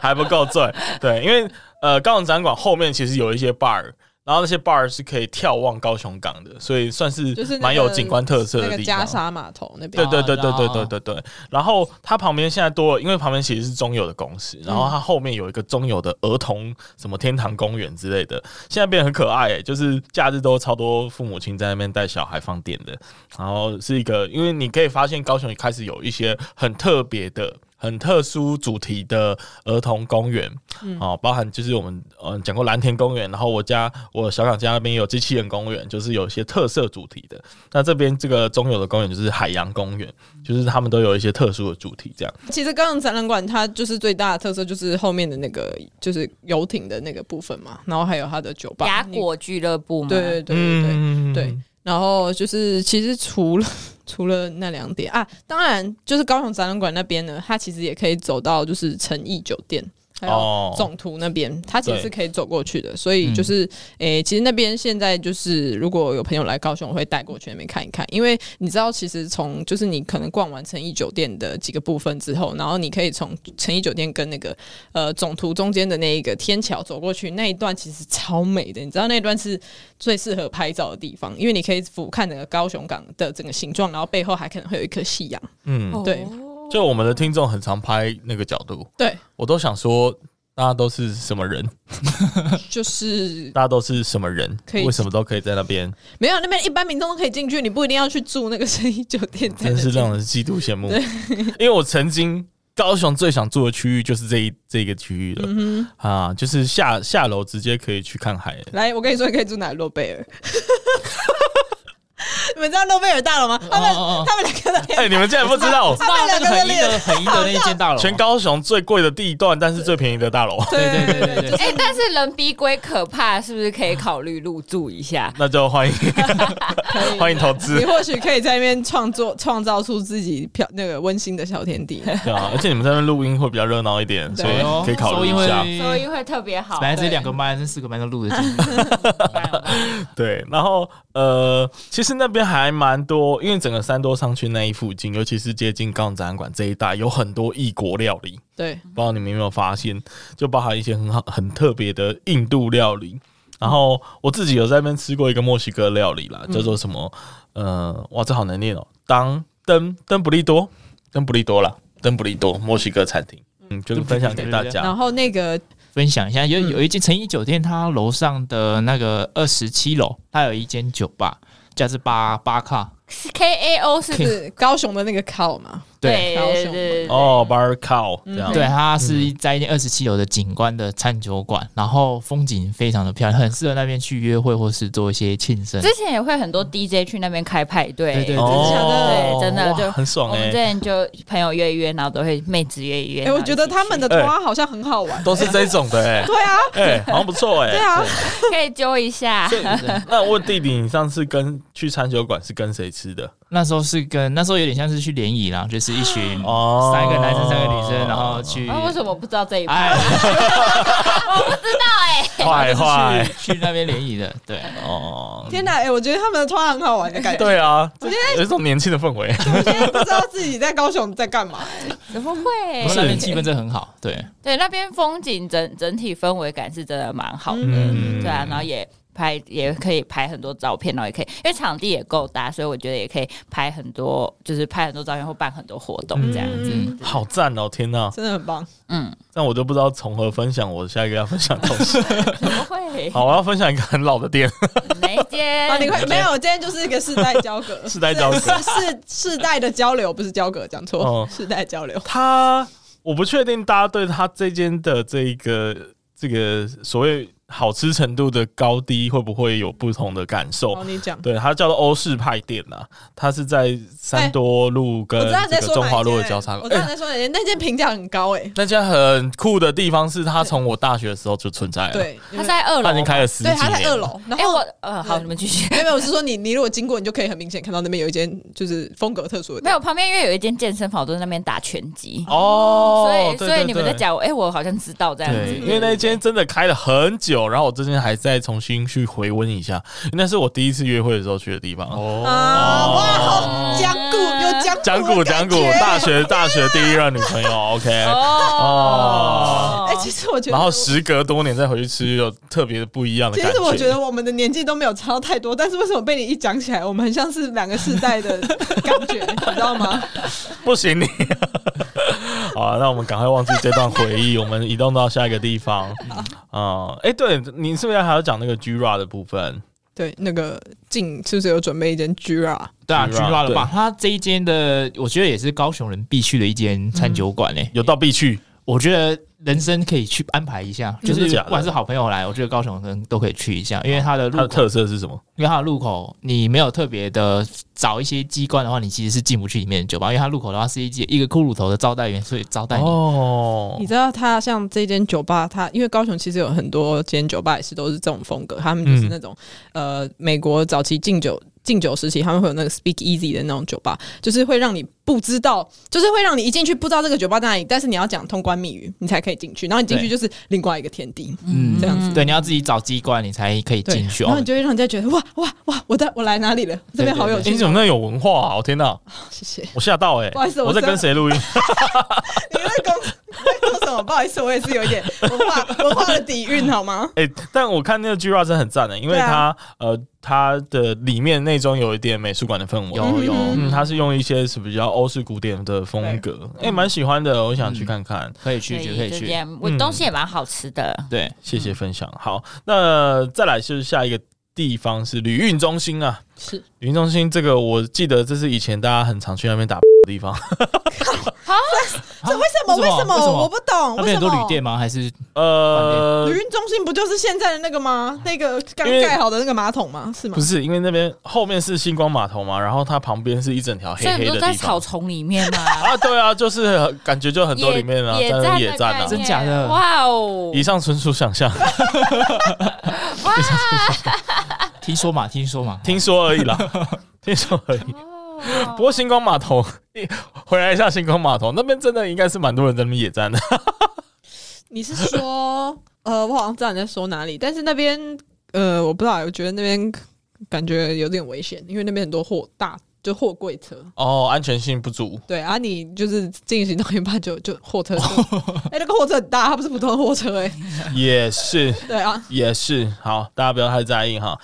A: 还不够醉。对，因为呃，高雄展馆后面其实有一些 bar，然后那些 bar 是可以眺望高雄港的，所以算是
B: 就是那个
A: 蛮有景观特色
B: 那
A: 的
B: 个
A: 地
B: 加
A: 方。
B: 沙码头那
A: 对
B: 边，
A: 对对对
C: 啊
A: 对对对对。然后它旁边现在多了，因为旁边其实是中友的公司，然后它后面有一个中友的儿童什么天堂公园之类的，现在变得很可爱、欸，就是假日都超多父母亲在那边带小孩放电的。然后是一个，因为你可以发现高雄开始有一些很特别的。很特殊主题的儿童公园，哦，包含就是我们嗯讲过蓝田公园，然后我家我小港家那边也有机器人公园，就是有一些特色主题的。那这边这个中友的公园就是海洋公园，就是他们都有一些特殊的主题，这样。
B: 其实高雄展览馆它就是最大的特色就是后面的那个就是游艇的那个部分嘛，然后还有它的酒吧，
D: 雅
B: 你
D: 果俱乐部嘛，
B: 对对对对对。
A: 嗯
B: 对，然后就是其实除了 *laughs* 除了那两点啊，当然就是高雄展览馆那边呢，它其实也可以走到就是诚毅酒店。还
A: 哦
B: 有总图那边，它其实
A: 对
B: 是可以走过去的，所以就是，诶、其实那边现在就是，如果有朋友来高雄，我会带过去那边看一看，因为你知道，其实从就是你可能逛完诚毅酒店的几个部分之后，然后你可以从诚毅酒店跟那个呃总图中间的那一个天桥走过去，那一段其实超美的，你知道那一段是最适合拍照的地方，因为你可以俯瞰整个高雄港的整个形状，然后背后还可能会有一颗夕阳。
A: 嗯，
D: 哦
B: 对
A: 就我们的听众很常拍那个角度，
B: 对，
A: 我都想说。大家都是什么人？
B: 就是
A: 大家都是什么人？
B: 可以
A: 为什么都可以在那
B: *laughs*
A: 边？
B: 没有那边一般民众都可以进去，你不一定要去住那个生意酒店才
A: 真
B: 能进去。
A: 是让人嫉妒羡慕。 *laughs* 因为我曾经高雄最想住的区域就是这一这个区域了、
B: 嗯
A: 啊，就是下下楼直接可以去看海。
B: 来，我跟你说，你可以住哪里？诺贝
A: *laughs*
B: 尔。你们知道诺贝尔大楼吗？他们、
C: 哦哦
B: 他们两个的脸
A: *laughs* 哎、你们竟然不知
B: *laughs*
A: 道，
B: 他们
C: 那
B: 两
C: 个
B: 个的
C: 很阴
B: 脸
C: 的、很阴的那一间大楼，
A: 全高雄最贵的地段，但是最便宜的大楼，
C: 对对对对对，
D: 哎、但是人逼归可怕，是不是可以考虑入住一下？
A: 那就欢迎
B: 可以
A: 欢迎投
B: 你
A: 资。
B: 或许可以在那边创作、创造出自己漂那个温馨的小
A: *laughs*
B: 天地。
A: 对啊，而且你们在那边录音会比较热闹一点，所
C: 哎
B: 对
C: 哦
A: 以可以考虑一下。
D: 收音会特别好。
C: 本来这两个麦，这四个麦都录的进去。
A: 对，然后呃，其实那边还蛮多，因为整个三多商圈那一附近，尤其是接近高雄展览馆这一带，有很多异国料理。
B: 对，
A: 不知道你们有没有发现，就包含一些很好很特别的印度料理。然后我自己有在那边吃过一个墨西哥料理
B: 嗯
A: 啦，叫做什么？呃，哇，这好难念哦，当登登布利多，登布利多啦，登布利多墨西哥餐厅，嗯，就是分享给大
B: 然
A: 家。
B: 后
A: *laughs*
B: 那个
C: 分享一下，有有一间诚毅酒店，它楼上的那个二十七楼，它有一间酒吧，叫是巴巴卡，
D: K A O 是不是？
B: 是高雄的那个靠嘛，
C: 对嗯
D: 对
B: 高
D: 对
B: 雄
D: 对对
A: 哦，Bar Cow
B: 嗯
A: 这样，
C: 对，它是在一间二十七楼的景观的餐酒馆，然后风景非常的漂亮，很适合那边去约会或是做一些庆生。
D: 之前也会很多 DJ 去那边开派对，
C: 对对
A: 哦，
D: 对真的
A: 哇
D: 就
A: 很爽
D: 我们
A: 哎
D: 之，前就朋友约一约，然后都会妹子约一约。
B: 哎、我觉得他们的
A: 哎
B: 花好像很好玩。
A: 都是这种的
B: *laughs*
A: 哎，
B: 对啊，
A: 哎，好像不错哎
B: 对。
A: *laughs*
B: 啊，
D: 可以揪一下， *laughs*
A: 那我问弟弟，你上次跟去餐酒馆是跟谁吃的？
C: 那时候是跟那时候有点像是去联谊啦，就是一群
A: 哦
C: 三个男生三个女生，然后去
D: 啊，为什么不知道这一趴？
C: 哎，
B: *laughs*
C: *laughs*
D: 欸
A: 坏坏
C: 去去那边联谊的，对。
A: 哦，
B: 天哪！哎、我觉得他们的花很好玩的 *laughs* 感觉，
A: 对啊，有一种年轻的氛围。
B: 我现在不知道自己在高雄在干嘛。
D: 怎么
C: 不是那边
D: 会？
C: 气氛真的很好，对，
D: 对，那边风景整整体氛围感是真的蛮好的，
A: 嗯
D: 对啊，然后也。拍也可以拍很多照片，然后也可以，因为场地也够大，所以我觉得也可以拍很多，就是拍很多照片或办很多活动这样子。
A: *laughs*
C: 嗯，
A: 好赞哦！天哪，
B: 真的很棒。
D: 嗯，
A: 但我都不知道从何分享我下一个要分享的东西。
D: 怎么会？
A: 好，我要分享一个很老的 *laughs* 店，
D: 哪一
B: *laughs*
D: 间？
B: 啊，你快没有，今天就是一个世代交隔，
A: 世代交隔
B: 是是世代的交流，不是交隔，讲
A: 哦
B: 错，世代交流。
A: 它我不确定大家对它这间的这一个这个所谓好吃程度的高低会不会有不同的感受
B: 哦好，。你讲，
A: 对，它叫做欧式派店啦，它是在三多路跟
B: 我知道你
A: 这
B: 在
A: 个
B: 说
A: 中华
B: 哪
A: 路
B: 间
A: 的
B: 欸
A: 交叉口哎
B: 我。知道你在说哪间，那间评价很高哎诶。
A: 那家很酷的地方是，它从我大学的时候就存在了，，
B: 对，
D: 他在二
A: 它已
D: 楼
A: 经
D: 吗。
A: 开了十几
B: 对，
A: 年。
B: 它在二。楼，然
D: 哎、我
B: 后。
D: 呃，好，你们继续。 *laughs*
B: 没有，没有，我是说你，你如果经过，你就可以很明显看到那边有一间就是风格特殊的
D: 没
B: 店。
D: 有，旁边因为有一间健身房，我都在那边打拳击，
A: 哦，
D: 所以
A: 对
D: 所以
A: 对
D: 你们
A: 对
D: 在讲，哎、我好像知道这样子
C: 对。
A: 因为那间真的开了很久，然后我最近还在重新去回温一下，那是我第一次约会的时候去的地方。
B: 啊，
A: 哦，
B: 哇，好讲古，有讲
A: 讲
B: 古
A: 古
B: 的感啊
A: 讲古
B: 觉，
A: 大学大学第一任女朋友，OK，
D: 哦
A: 哦
B: 哎，其其实我觉得
A: 然
B: 我，
A: 后时隔多年再回去吃，有特别不一样的
B: 其
A: 感
B: 实我觉得我们的年纪都没有差太多，但是为什么被你一讲起来，我们很像是两个世代的感觉，你知道吗？
A: 不行你。 *laughs* 好啊、那我们赶快忘记这段回忆，我们移动到下一个地方。啊，哎、对你是不是还要讲那个 Gira 的部分？
B: 对，那个静是不是有准备一间 Gira？
C: 对啊，菊
A: Gira，
C: 花的吧，
A: 对
C: 它这一间的，我觉得也是高雄人必去的一间餐酒馆诶、
A: 有到必去，
C: 我觉得人生可以去安排一下，就
A: 真的
C: 是
A: 假的哦
C: 不管是好朋友来，我觉得高雄人都可以去一下，因为它的
A: 它的
C: 入口，
A: 特色是什么？
C: 因为它的入口，你没有特别的找一些机关的话，你其实是进不去里面的酒吧，因为它入口的话是一间一个骷髅头的招待员，所以招待你。
A: 哦
B: 你知道他像这间酒吧，他因为高雄其实有很多间酒吧也是都是这种风格，他们
C: 嗯
B: 就是那种、呃美国早期禁酒禁酒时期，他们会有那个 speak easy 的那种酒吧，就是会让你不知道，就是会让你一进去不知道这个酒吧在哪里，但是你要讲通关密语，你才可以进去，然后你进去就
C: 对
B: 是另外一个天地，
C: 嗯
B: 这样子。
C: 对，你要自己找机关，你才可以
B: 对
C: 进，去
B: 然
C: 哦
B: 后你。就会让人家觉得哇哇哇，我在我来哪里了？这边好有
C: 对
A: 诶
B: 趣
A: 你，怎么那有文化啊？我天哪，
B: 谢谢。
A: 我吓到哎、
B: 不好意思我
A: 我在
B: 真的
A: 跟谁录音？ *laughs*
B: 你在讲你在说什么？不好意思，我也是有一点文化文化的底蕴，好吗？
A: 哎、但我看那个 Gira 真的很赞欸的、因为
B: 对
A: 它、
B: 啊
A: 呃它的里面内装有一点美术馆的氛围，
C: 有有，
A: 嗯，它是用一些是比较欧式古典的风格，哎，蛮、喜欢的，我想去看看。
D: 嗯
C: 可以去，可以
D: 这
C: 去。
D: 间我
A: 嗯
D: 东西也蛮好吃的，
C: 对，
A: 谢谢分
B: 嗯
A: 享。好，那再来就是下一个地方是旅运中心啊，
B: 是
A: 旅运中心这个我记得这是以前大家很常去那边打的地
B: *laughs*
A: 方，
B: 这为什么？为什
C: 什
B: 么？我
C: 么？
B: 不懂。
C: 那
B: 为
C: 边
B: 什
C: 很多旅
B: 么？
C: 店吗？还是
A: 呃
B: 旅。运中心不就是现在的那个吗？那个刚
A: 因为
B: 盖好的那个马桶吗？是吗
A: 不？是，因为那边后面是星光码头嘛，然后它旁边是一整条黑
D: 所以
A: 黑
D: 你
A: 的
D: 都
A: 地
D: 在
A: 方。
D: 草丛里面嘛，
A: 啊，对啊，就是很感觉 *laughs* 就很多里面啊，
D: 野
A: 但是野
D: 战的
A: 战
D: 概
A: 啊
D: 念，
C: 真假的
D: 哇哦，
A: 以上纯属想象，
C: 听说嘛？听说嘛？
A: 听说而已
D: *laughs*
A: 啦，听说而已。
D: 哦
A: 不过星光码头，回来一下星光码头那边真的应该是蛮多人在那边野战的。
B: 你是 *laughs* 说呃，我好像知道你在说哪里，但是那边呃，我不知道，我觉得那边感觉有点危险，因为那边很多货大，就货柜车。
A: 哦，安全性不足。
B: 对啊，你就是进行到一半就就货车就，哎、那个货车很大，它不是普通的货车哎、
A: 也是，
B: 对啊，
A: 也是。好，大家不要太在意哈。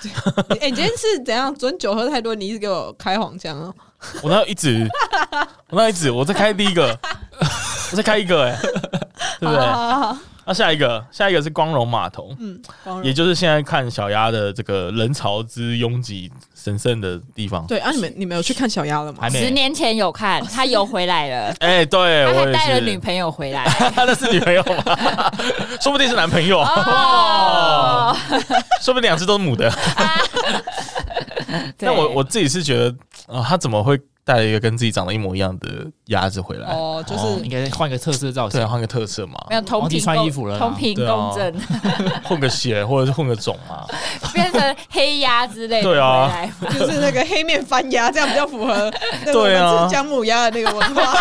B: 哎、你今天是怎样？昨天酒喝太多，你一直给我开黄腔哦、
A: 我那一直，我那一直，我再开第一个，我再开一个、欸，对不对？
D: 哦
B: 好好好好
A: 那下一个，下一个是光荣码头。
B: 嗯，光
A: 也
B: 荣。
A: 就是现在看小鸭的这个人潮之拥挤神圣的地方。
B: 对啊，你们你们有去看小鸭了吗？
C: 还没
D: 十年前
B: *laughs*
D: 有看，他游回来了，
A: 哎、对，
D: 他
A: 我
D: 还
A: 也
D: 带了
A: 是
D: 女，朋友回来。
A: *laughs* 那是女朋友吗？
D: *laughs*
A: 说不定是男朋友，
D: 哦，
A: 说不定两只都是母的。
D: *laughs* 对
A: 但我我自己是觉得，啊、他怎么会带了一个跟自己长得一模一样的鸭子回来？
B: 哦，就
C: 哦
B: 是
C: 应该换个特色造型
A: 对，。啊换个特色嘛，
D: 没有同
C: 忘记
D: 频
C: 穿
D: 共
C: 衣服了啦
D: 同频
A: 对啊
D: 共振， *laughs*
A: 混个血或者是混个种嘛。
D: 变成黑鸭之类的
A: 对啊
D: 回来
B: 就是那个黑面翻鸭，这样比较符合那个我
A: *laughs* 对啊
B: 们吃姜母鸭的那个文化。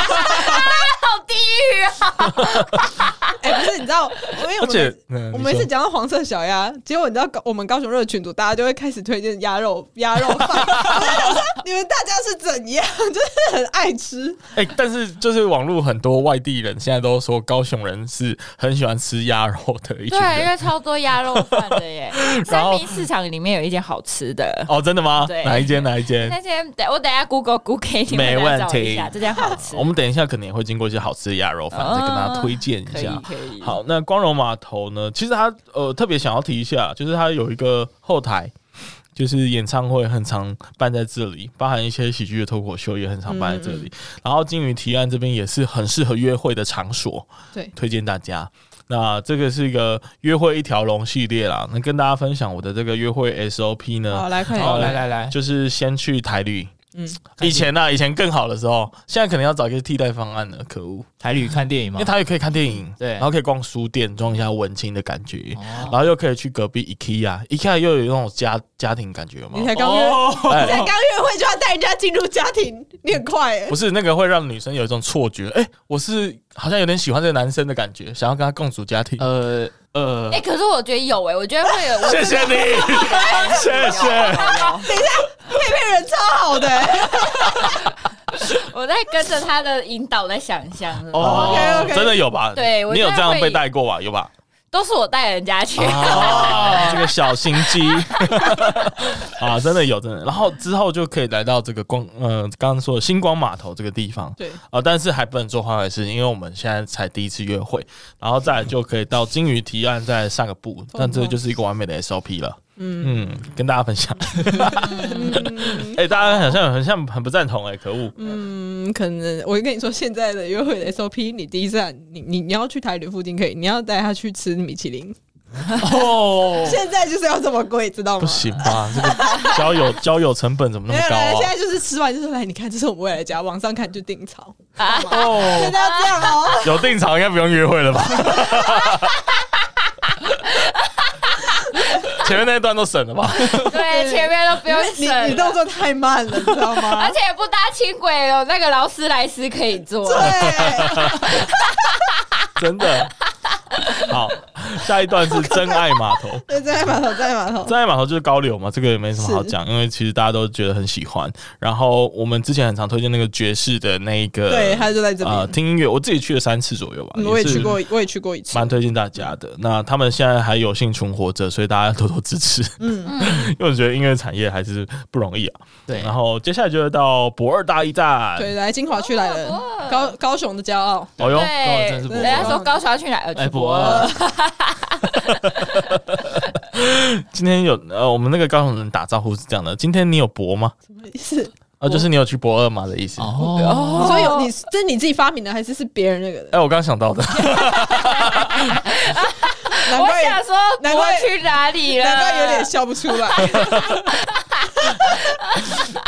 D: *laughs* 好地狱啊！
B: *laughs* 哎、不是，你知道，因为我
A: 而且
B: 们，
A: 嗯
B: 我
A: 你
B: 们是
A: 说
B: 讲到黄色小鸭，结果你知道高我们高雄热群组，大家就会开始推荐鸭肉鸭肉饭。 *laughs* 我就想说你们大家是怎样， *laughs* 就是很爱吃。
A: 哎、但是就是网络很多外地人现在都说高雄人是很喜欢吃鸭肉的一群
D: 对，因
A: 人。
D: 为超多鸭肉饭的
A: *laughs*
D: 耶。三明市场里面有一间好吃的，
A: 哦，真的吗？
D: 对
A: 哪一间？哪一间？
D: 那间等我等一下 Google Google 给你们
A: 没
D: 来
A: 问
D: 找一下，
A: 题
D: 这间好吃啊
A: 我。们等一下可能也会经过一些好吃的鸭肉饭，再跟大家推荐一
D: 可以
A: 下。
D: 可以，
A: 好，那光荣码头呢？其实它呃特别想要提一下，就是它呃有一个后台，就是演唱会很常办在这里，包含一些喜剧的脱口秀也很常办在这
D: 嗯
A: 里。然后金鱼提案这边也是很适合约会的场所，
B: 对，
A: 推荐大家。那这个是一个约会一条龙系列啦，那跟大家分享我的这个约会 SOP 呢，
B: 好，来快
A: 啊
C: 好，
B: 点，
C: 哦来来来，
A: 就是先去台旅。
B: 哎嗯
A: 以前呢、啊，以前更好的时候，现在可能要找一个替代方案了，可恶。
C: 台旅看电影
A: 因
C: 嘛
A: 为。他也可以看电影，
C: 对
A: 然后可以逛书店，装一下文青的感觉，
C: 哦
A: 然后又可以去隔壁 IKEA，IKEA 又有那种家家庭感觉嘛
B: 你。才刚约，
A: 哦哎
B: 你才刚约会就要带人家进入家庭，你很快哎、
A: 不是那个会让女生有一种错觉，哎、我是好像有点喜欢这个男生的感觉，想要跟他共组家庭。
C: 呃呃
D: 哎，，可是我觉得有哎，我觉得会有，我
A: 谢谢你，谢谢。
B: 配配人超好的、欸，
D: 我在跟着他的引导在想象。
A: 哦
B: OK，OK
A: 真的有吧？
D: 对我
A: 你有
D: 真的
A: 这样
D: 会
A: 被带过吧？有吧？
D: 都是我带人
B: *laughs*
D: 家去。
A: 哦，这个小心机 *laughs* 啊，真的有真的。然后之后就可以来到这个光呃，刚刚说的星光码头这个地方
B: 对，
A: 啊，但是还不能做坏坏事，因为我们现在才第一次约会，然后再来就可以到金鱼提案再上个
B: 嗯
A: 步，但这就是一个完美的 SOP 了。嗯跟大家分享。 *laughs* 哎、大家好像很像很不赞同哎、可恶！
B: 嗯，可能我跟你说，现在的约会的 SOP，你第一站，你你你要去台北附近可以，你要带他去吃米其林，
A: 哦，
B: 现在就是要这么贵，知道吗？
A: 不行吧？这个交友交友成本怎么那
B: 没有
A: 么高
B: 啦，现
A: 啊？
B: 在就是吃完就是来，你看，这是我们未来的家，网上看就定潮，
A: 哦
B: 现，在要这样哦、
A: *laughs* 有定场应该不用约会了
B: *laughs*
A: 吧？前面那一段都省了吧？
D: 对，前面都不
B: 因
D: 用
B: 为
D: 省了
B: 你你动作太慢了，你知道吗？
D: *laughs* 而且也不搭轻轨有那个劳斯莱斯可以坐。
B: 对， *laughs*
A: 真的。好，下一段是真爱码头。
B: 对，在码头，在码头，
A: 真爱码头就是高流嘛，这个也没什么好讲，因为其实大家都觉得很喜欢。然后我们之前很常推荐那个爵士的那一个，
B: 对，他就在这边。
A: 啊、听音乐，我自己去了三次左右吧，
B: 嗯我也
A: 哦是
B: 去过，我也去过一次。
A: 蛮推荐大家的。那他们现在还有幸存活着，所以大家多多支持。嗯， *laughs* 因为我觉得音乐产业还是不容易啊。
C: 对
A: 然后接下来就是到博二大一站，
B: 对，来金华区来
D: 哦
B: 了，高高雄的骄傲。
A: 哦哟，
C: 高真
D: 对
C: 是，不
D: 人家说高雄要去哪？呃
C: 哎，
D: 去
C: 博
D: 博
C: 二
D: 尔。
A: 今天有呃，我们那个高雄人打招呼是这样的，今天你有博吗？
B: 什么意思？
A: 啊，就是你有去博二吗的意思。哎、
C: 哦，
B: 所以有你这是你自己发明的，还是是别人那个的？
A: 哎我刚想到
C: *laughs*
A: 的，
B: 难
D: 我
B: 怪
D: 想说
B: 难
D: 博
B: 怪
D: 尔去哪里了？
B: 难怪有点笑不出来。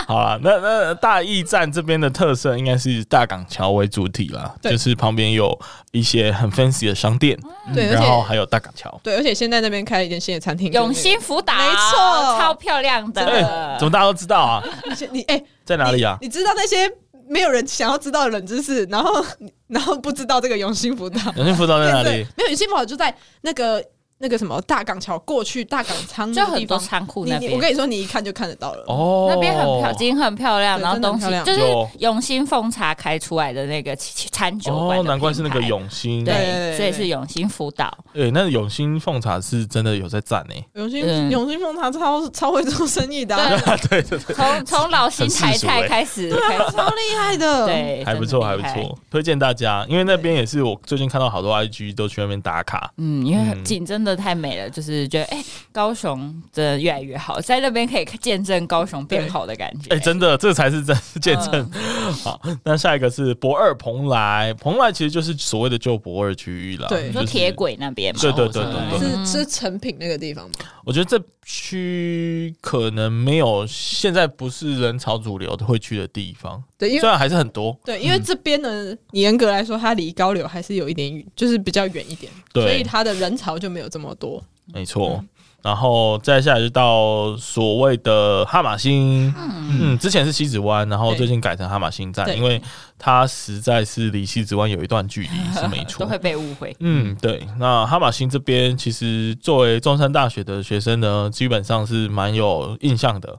A: 好啦，那那大驿站这边的特色应该是大港桥为主体啦，
B: 对
A: 就是旁边有一些很 fancy 的商店，
B: 嗯对，而
A: 然后
B: 且
A: 还有大港桥。
B: 对，而且现在那边开了一间新的餐厅，
D: 永兴福岛，
B: 没错
D: 超漂亮的。
A: 哎、怎么大家都知道啊？
B: 就是那个。你哎，
A: 在哪里啊？
B: 呃你知道那些没有人想要知道的冷知识，然后然后不知道这个永兴福岛
A: 永庆福岛 *laughs* 在哪
B: 对
A: 里？
B: 没有永兴福岛就在那个那个什么大港桥过去大港仓
D: 就
B: 那个
D: 很
B: 地
D: 多
B: 方。
D: 仓库
B: 你
D: 那
B: 你
D: 边，
B: 我跟你说，你一看就看得到了。
A: 哦，
D: 那边很漂，景很漂亮，
B: 对
D: 然后
B: 真的
D: 东
B: 很
D: 西
B: 漂亮
D: 就是
A: 有
D: 永兴凤茶开出来的那个餐酒馆的
A: 哦，
D: 品牌
A: 难怪是那个永兴。
D: 对，
B: 对对对
D: 所以是永兴福岛。
A: 对，那永兴凤茶是真的有在赞呢、
B: 永兴
D: 嗯
B: 永兴凤茶超超会做生意的啊、
D: 对，
A: *laughs* 对对对，
D: 从从老新台
A: 很世俗欸
D: 菜开始，开始
B: *laughs* 超厉害的。，
D: 对，
A: 还不
D: 哎真
A: 错，
D: 的
A: 还
D: 很
A: 不
D: 厉害。
A: 错，推荐大家，因为那边也是我最近看到好多 IG 都去那边打卡。
D: 嗯，因为
A: 嗯
D: 景真的太美了，就是觉得哎、高雄真的越来越好，在那边可以见证高雄变好的感觉。
A: 哎、真的，这才是真是
D: 嗯
A: 见证。好，那下一个是博二蓬莱，蓬莱其实就是所谓的旧博二区域了，
B: 对
D: 你
A: 就
D: 说
A: 是
D: 铁。轨那边嘛，
A: 对对对对对
D: 嗯
B: 是是成品那个地方吗？
A: 我觉得这区可能没有现在不是人潮主流会去的地方，
B: 对，因
A: 虽
B: 为
A: 然还是很多，
B: 对，因为这边呢，你严格来说，它离高流还是有一点远，就是比较远一点，
A: 对
B: 所以它的人潮就没有这么多。
A: 没错。然后再下来就到所谓的哈马星，嗯之前是西子湾，然后
B: 对
A: 最近改成哈马星站，
B: 对
A: 因为它实在是离西子湾有一段距离，是没
D: *laughs* 都
A: 错
D: 会。被误会。
A: 嗯，对。那哈马星这边，其实作为中山大学的学生呢，基本上是蛮有印象的。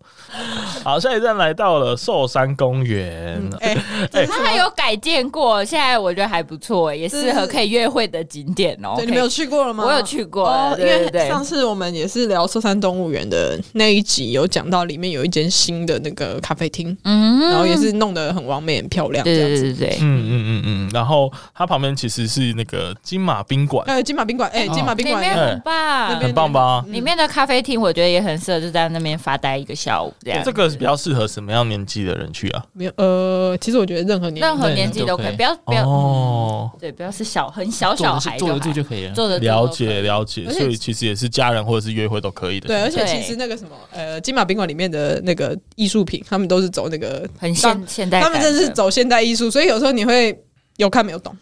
A: 好，下一站来到了寿山公园，
B: 哎、这是什
D: 它
B: 么
D: 还有改建过，现在我觉得还不错、也
B: 这
D: 适合
B: 是
D: 可以约会的景点哦、
B: 对，
D: 可以
B: 你没有去过了吗？
D: 我有去过
B: 哦，因
D: 对对
B: 为
D: 对
B: 上次我们也是聊寿山动物园的那一集，有讲到里面有一间新的那个咖啡厅，
D: 嗯，
B: 然后也是弄得很完美、很漂亮这
D: 对
B: 样
D: 对
B: 子。
D: 对对对，
A: 嗯嗯嗯嗯。然后它旁边其实是那个金马宾馆，
B: 呃，金马宾馆，哎、金马宾
D: 哦里
B: 馆
D: 面
B: 也
D: 很棒，
B: 边嗯
A: 很棒吧？
D: 里面的咖啡厅我觉得也很适合，就在那边发呆一个下午这样。
A: 这个比较适合什么样年纪的人去啊？
B: 没有，呃，其实我觉得任何年
D: 任何
C: 对
D: 年纪
C: 都
D: 都
C: 可
D: 可以，
C: 以
D: 不要不要，
A: 哦，
D: 对，不要是小很小
C: 坐
D: 小
C: 得
D: 孩
C: 住坐
D: 就好，
C: 得住就可以了。
D: 坐得
B: 嗯
D: 住
A: 了
D: 都可以
A: 解了解，
B: 而且
A: 所以其实也是家人或者是约会都可以的。
B: 对，而
A: 且
B: 且
D: 对
B: 其实那个什么，呃，金马宾馆里面的那个艺术品，他们都是走那个当
D: 很现现代
B: 他
D: 感
B: 们
D: 的，
B: 真的是走现代艺术，所以有时候你会有看没有懂。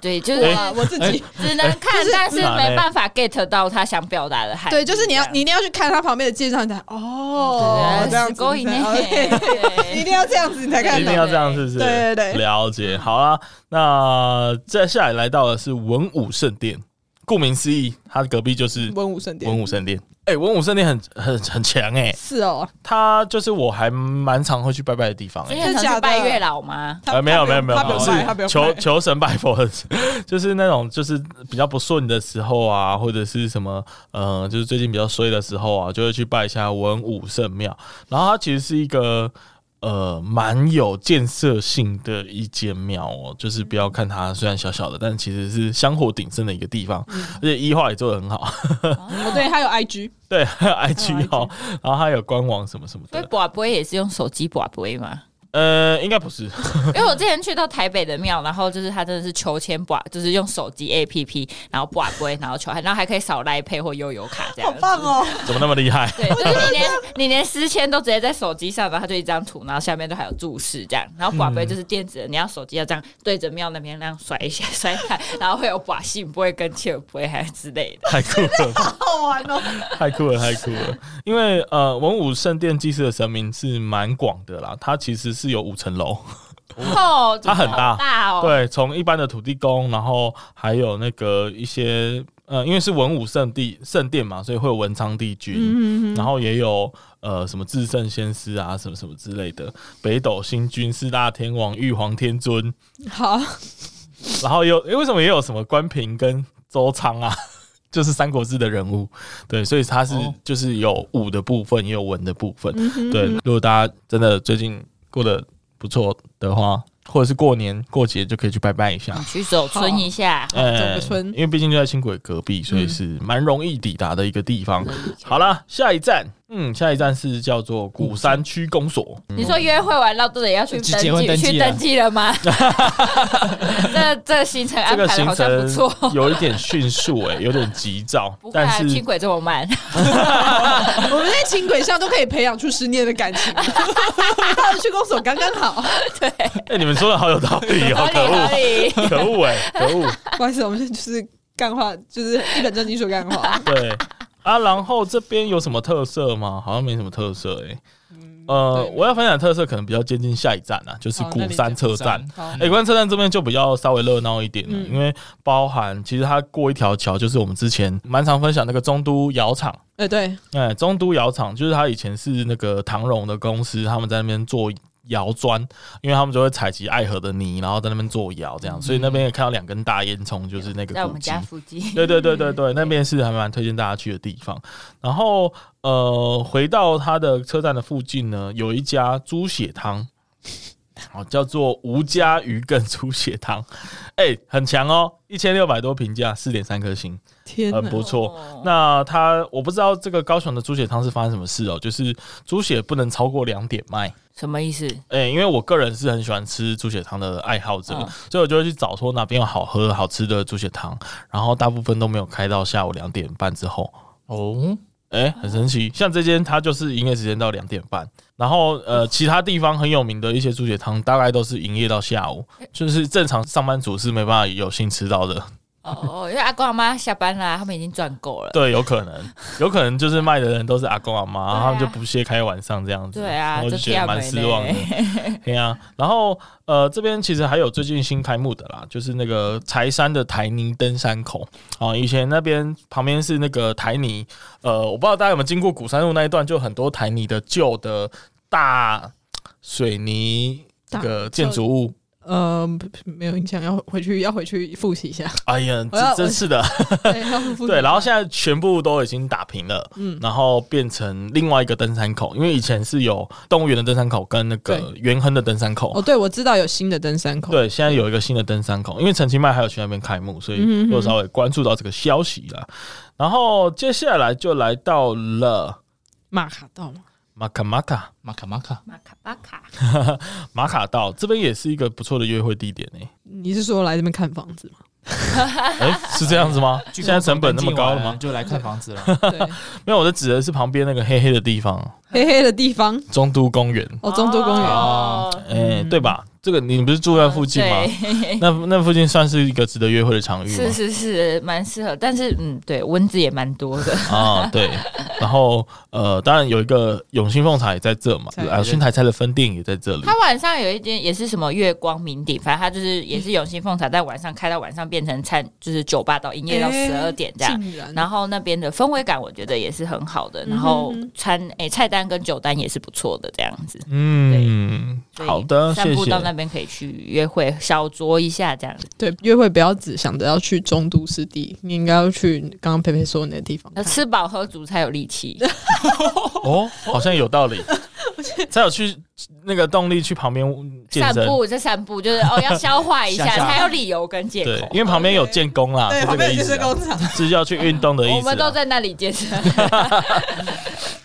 D: 对，就是
B: 啊，我自己
D: 只能看，但是
A: 哪嘞
D: 没办法 get 到他想表达的含义。
B: 对，就是你要
D: 这样
B: 你一定要去看他旁边的介绍，你才哦，这
A: 啊
D: 对
B: 样
D: 死
B: 子
D: 勾引
B: 你才
D: 呢，
B: OK，一哦
A: *laughs*
D: 对 *laughs*
B: 定要这样子你才看
A: 一定
B: 得懂。
A: 要这样，是不是？
B: 对对对
A: 啊了解。好啦，那接下来来到的是文武圣殿。顾名思义，它隔壁就是
B: 文武圣殿
A: 文武圣殿。哎、文武圣殿很很很强哎、
B: 是哦，
A: 它就是我还蛮常会去拜拜的地方哎、
D: 你很
B: 真的假
D: 常
B: 的
D: 去拜月老吗？
B: 他
A: 呃，没有没有没有，
B: 他不用
A: 是
B: 拜，他不用
A: 求
B: 拜
A: 求神拜佛的， *laughs* 就是那种就是比较不顺的时候啊，或者是什么呃，就是最近比较衰的时候啊，就会去拜一下文武圣庙。然后它其实是一个呃蛮有建设性的一间庙哦，就是不要看它虽然小小的，但其实是香火鼎盛的一个地方，
B: 嗯
A: 而且医化也做得很好， *laughs*
B: 哦，对，他有 IG， *laughs*
A: 对，还有 IG
B: 还有
A: 哦，然后还有官网什么什么
D: 所以
A: 的，
D: 卜龟也是用手机卜龟嘛，
A: 呃，应该不是，
D: 因为我之前去到台北的庙，然后就是他真的是求签卜，啊就是用手机 APP，然后卜龟，然后求，然后还可以扫来配或悠游卡这样
B: 好
D: 子。
B: 棒哦，
A: 怎么那么厉害？
D: 对，就是你连你连私签都直接在手机上，然后它就一张图，然后下面都还有注释这样，然后寡杯就是电子的，你要手机要这样对着庙那边那样甩一下甩一下，然后会有寡信不会跟切不会还之类的。
A: 太酷了！
B: 好玩哦，
A: 太酷了，太酷了！因为呃，文武圣殿祭祀的神明是蛮广的啦，它其实是有五层楼， *laughs*
D: 哦，
A: 它很大
D: 好大哦，
A: 对，从一般的土地公，然后还有那个一些呃，因为是文武圣地圣殿嘛，所以会有文昌帝
B: 嗯
A: 君，然后也有呃什么至圣先师啊，什么什么之类的，北斗星君、四大天王、玉皇天尊，
B: 好，
A: 然后又诶为什么也有什么关平跟周仓啊？ *laughs* 就是《三国志》的人物，对，所以它是、
C: 哦
A: 就是有武的部分，也有文的部分，
D: 嗯
A: 对。如果大家真的最近过得不错的话，或者是过年过节就可以去拜拜一下
D: 你，去走村一下。
A: 呃
B: 走个村
A: 因为毕竟就在轻轨隔壁，所以是蛮容易抵达的一个地方。
D: 嗯
A: 好了，下一站，嗯，下一站是叫做古山区公所，
D: 你说约会完到这里要去
C: 去
D: 登
C: 结婚
D: 记
A: 啊
C: 登记
D: 去
C: 了
D: 登记
A: *laughs*
D: 了吗？这这个行程
A: 这
D: 安
A: 个
D: 排的
A: 行
D: 好像不
A: 程
D: 错。
A: 有一点迅速、诶，有点急躁
D: 不，会
A: 但
D: 啊，
A: 是
D: 轻轨这么慢，
B: 我们在轻轨上都可以培养出十年的感情， *laughs* 他们去公所刚刚好，
A: 哎、你们说的好有道理
D: 合
A: 哦，
D: 理
A: 可 *laughs*
D: 合
A: 恶，可
D: 理。
A: 恶哎、可恶！
B: 不好意思，我们现在就是干话，就是一本正经说干话，
A: 对啊，然后这边有什么特色吗？好像没什么特色哎、呃，
B: 嗯对
A: 我要分享的特色可能比较接近下一站啊， *laughs* 就是
B: 好
A: 鼓
B: 那你
A: 山
B: 讲
A: 车
C: 鼓
A: 站
C: 山。
B: 好
A: 哎、欸，观测站这边就比较稍微热闹一点了，
B: 嗯
A: 因为包含其实它过一条桥，就是我们之前蛮常分享那个中都窑厂。
B: 呃，对，
A: 哎、中都窑厂就是它以前是那个唐荣的公司，他们在那边做窑砖，因为他们就会采集爱河的泥，然后在那边做窑这样，所以那边也看到两根大烟囱，就是那个
D: 嗯在我
A: 古
D: 们
A: 迹
D: 家。附近，
A: 对对对对对，那边是还蛮推荐大家去的地方。然后呃，回到它的车站的附近呢，有一家猪血汤，哦，叫做吴家鱼羹猪血汤，哎、很强哦，一千六百多评价，四点三颗星，
B: 天
A: 很
B: 哪，
A: 呃不错。
D: 哦
A: 那它我不知道这个高雄的猪血汤是发生什么事哦，就是猪血不能超过两点卖。
D: 什么意思？
A: 哎、因为我个人是很喜欢吃猪血汤的爱好者，
D: 嗯
A: 所以我就会去找说哪边有好喝好吃的猪血汤，然后大部分都没有开到下午两点半之后。
C: 哦，
A: 哎、很神奇，像这间它就是营业时间到两点半，然后呃，其他地方很有名的一些猪血汤大概都是营业到下午，
D: 哎
A: 就是正常上班族是没办法有幸吃到的。
D: 哦哦，因为阿公阿妈下班啦，他们已经赚够了。
A: 对，有可能，有可能就是卖的人都是阿公阿妈，
D: 对啊
A: 他们就不屑开晚上这样子，
D: 对啊
A: 我就
D: 这
A: 觉得蛮
D: 跳
A: 失
D: 没
A: 望的
D: 嘞。
A: 对啊，然后呃，这边其实还有最近新开幕的啦，就是那个柴山的台泥登山口啊、以前那边旁边是那个台泥，呃，我不知道大家有没有经过鼓山路那一段，就很多台泥的旧的大水泥这个建筑物。
B: 呃，没有印象，要回去要回去复习一下，
A: 哎呀，
B: 我要
A: 这真是的，
B: 对，要复习一
A: *laughs*
B: 下
A: 对，然后现在全部都已经打平了，嗯，然后变成另外一个登山口，因为以前是有动物园的登山口跟那个
B: 对
A: 元亨的登山口，
B: 哦，对，我知道有新的登山口，
A: 对，现在有一个新的登山口，因为陈其迈还有去那边开幕，所以又稍微关注到这个消息了。然后接下来就来到了
B: 马卡道嘛，
A: 马卡马卡
C: 马卡马卡，
D: 马卡巴卡，
A: 马卡道，这边也是一个不错的约会地点诶、
B: 你是说来这边看房子吗？
A: *laughs* 诶是这样子吗？现在成本那么高了吗？
C: 就来看房子了。 *laughs*
B: 对，
A: 没有，我的指的是旁边那个黑黑的地方，
B: 黑黑的地方，
A: 中都公园，
D: 啊
B: 哦，中都公园，
C: 哦
A: 哎诶、对吧？啊这个你不是住在附近吗？
D: 嗯对，
A: 那那附近算是一个值得约会的场域吗？
D: 是是是，蛮适合。但是嗯，对，蚊子也蛮多的。
A: 啊，对，然后呃，当然有一个永兴凤茶也在这嘛，
B: 在
A: 啊，新台菜的分店也在这里。
D: 它晚上有一间也是什么月光名鼎，反正它就是也是永兴凤茶，在晚上开到晚上变成餐，就是酒吧到营业到十二点这样。
B: 竟然，
D: 然后那边的氛围感，我觉得也是很好的。然后
B: 嗯哼
D: 餐诶、菜单跟酒单也是不错的这样子。
A: 嗯，
D: 所以
A: 好的，
D: 散
A: 谢
D: 步
A: 谢
D: 到。那边可以去约会，小酌一下这样子。
B: 对约会不要只想着要去中都湿地，你应该要去刚刚佩佩说的那个地方
D: 要。吃饱喝足才有力气。
A: 哦，好像有道
D: *laughs*
A: 理，才有去那个动力去旁边健
D: 散
A: 身。
D: 步在散步，就是哦，要消化 *laughs* 一下，
C: 下下
D: 才有理由跟借
A: 对
D: 口，。
A: 因为旁边有建工啦，是这个意思啊，
B: 厂。
A: 是要去运动的
D: 我
A: 意思
D: 们都
A: 啊。
D: 在那里
B: *laughs*
D: 健身，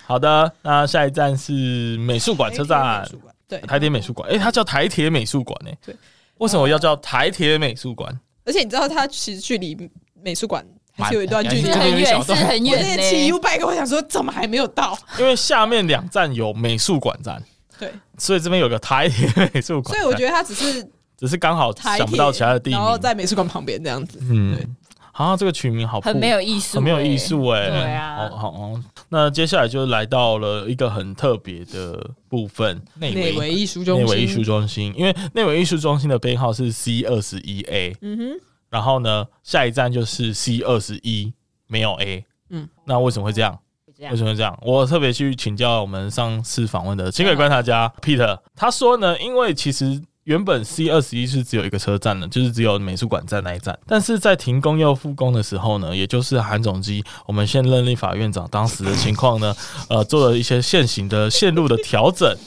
A: 好的，那下一站是美术
B: 哎
A: 馆车站，啊
B: 对，
A: 台铁美术馆。诶，它叫台铁美术馆诶。
B: 对，
A: 为什么要叫台铁美术馆？
B: 而且你知道它其实距离美术馆还
C: 蛮
B: 是有一段距离
D: 是
C: 对。
D: 很
C: 有一
D: 远，
C: 小
D: 是
C: 段
D: 很
B: 我那
D: 远
B: 天骑
D: 呢。
B: U bike，我想说怎么还没有到？
A: 因为下面两站有美术馆站，
B: 对，
A: 所以这边有个台铁美术馆
B: 所
A: 站。
B: 以我觉得它只是
A: 只是刚好
B: 台
A: 想不到其他的地
B: 铁，然后
A: 名。
B: 在美术馆旁边这样子。对
A: 嗯，啊，这个取名好酷
D: 很没有艺术、
A: 很没有艺术哎、
D: 对啊
A: 好好哦。那接下来就来到了一个很特别的部分，
C: 内
B: 内
C: 围
B: 维艺术中
A: 内
B: 心，
A: 围艺术中心。因为内围艺术中心的编号是 C 二十一 A，
B: 嗯哼，
A: 然后呢，下一站就是 C 二十一，没有 A。
B: 嗯
A: 嗯，那为什么会这样？
D: 欸这样
A: 为什么会这样？我特别去请教我们上次访问的轻轨观察家
D: 嗯
A: Peter，他说呢，因为其实原本 C 二十一是只有一个车站的，就是只有美术馆站那一站，但是在停工又复工的时候呢，也就是韩总机我们现任立法院长当时的情况
D: *laughs*
A: 呢，呃，做了一些现行的线路的 *laughs* 调整。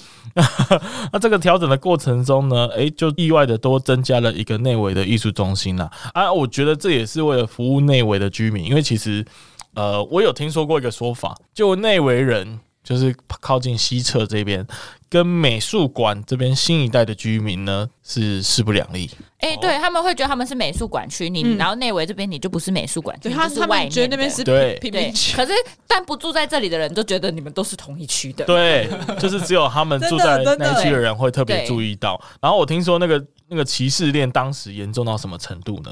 A: 那这个调整的过程中呢，诶、就意外的多增加了一个内围的艺术中心啦。啊，我觉得这也是为了服务内围的居民，因为其实，呃，我有听说过一个说法，就内围人就是靠近西侧这边，跟美术馆这边新一代的居民呢是势不两立。
D: 哎、对他们会觉得他们是美术馆区，你、
B: 嗯
D: 然后内围这边你就不是美术馆区，
B: 对
D: 你
B: 他
D: 就是
B: 他
D: 外
B: 们
D: 面
B: 觉得那边
D: 的
B: 是
A: 对
B: 贫
D: 对
B: 民区，，
D: 可是但不住在这里的人都觉得你们都是同一区的，
A: 对，就是只有他们住在
B: 真的真的
A: 那一区的人会特别
D: 对
A: 注意到。然后我听说那个那个歧视链当时严重到什么程度呢？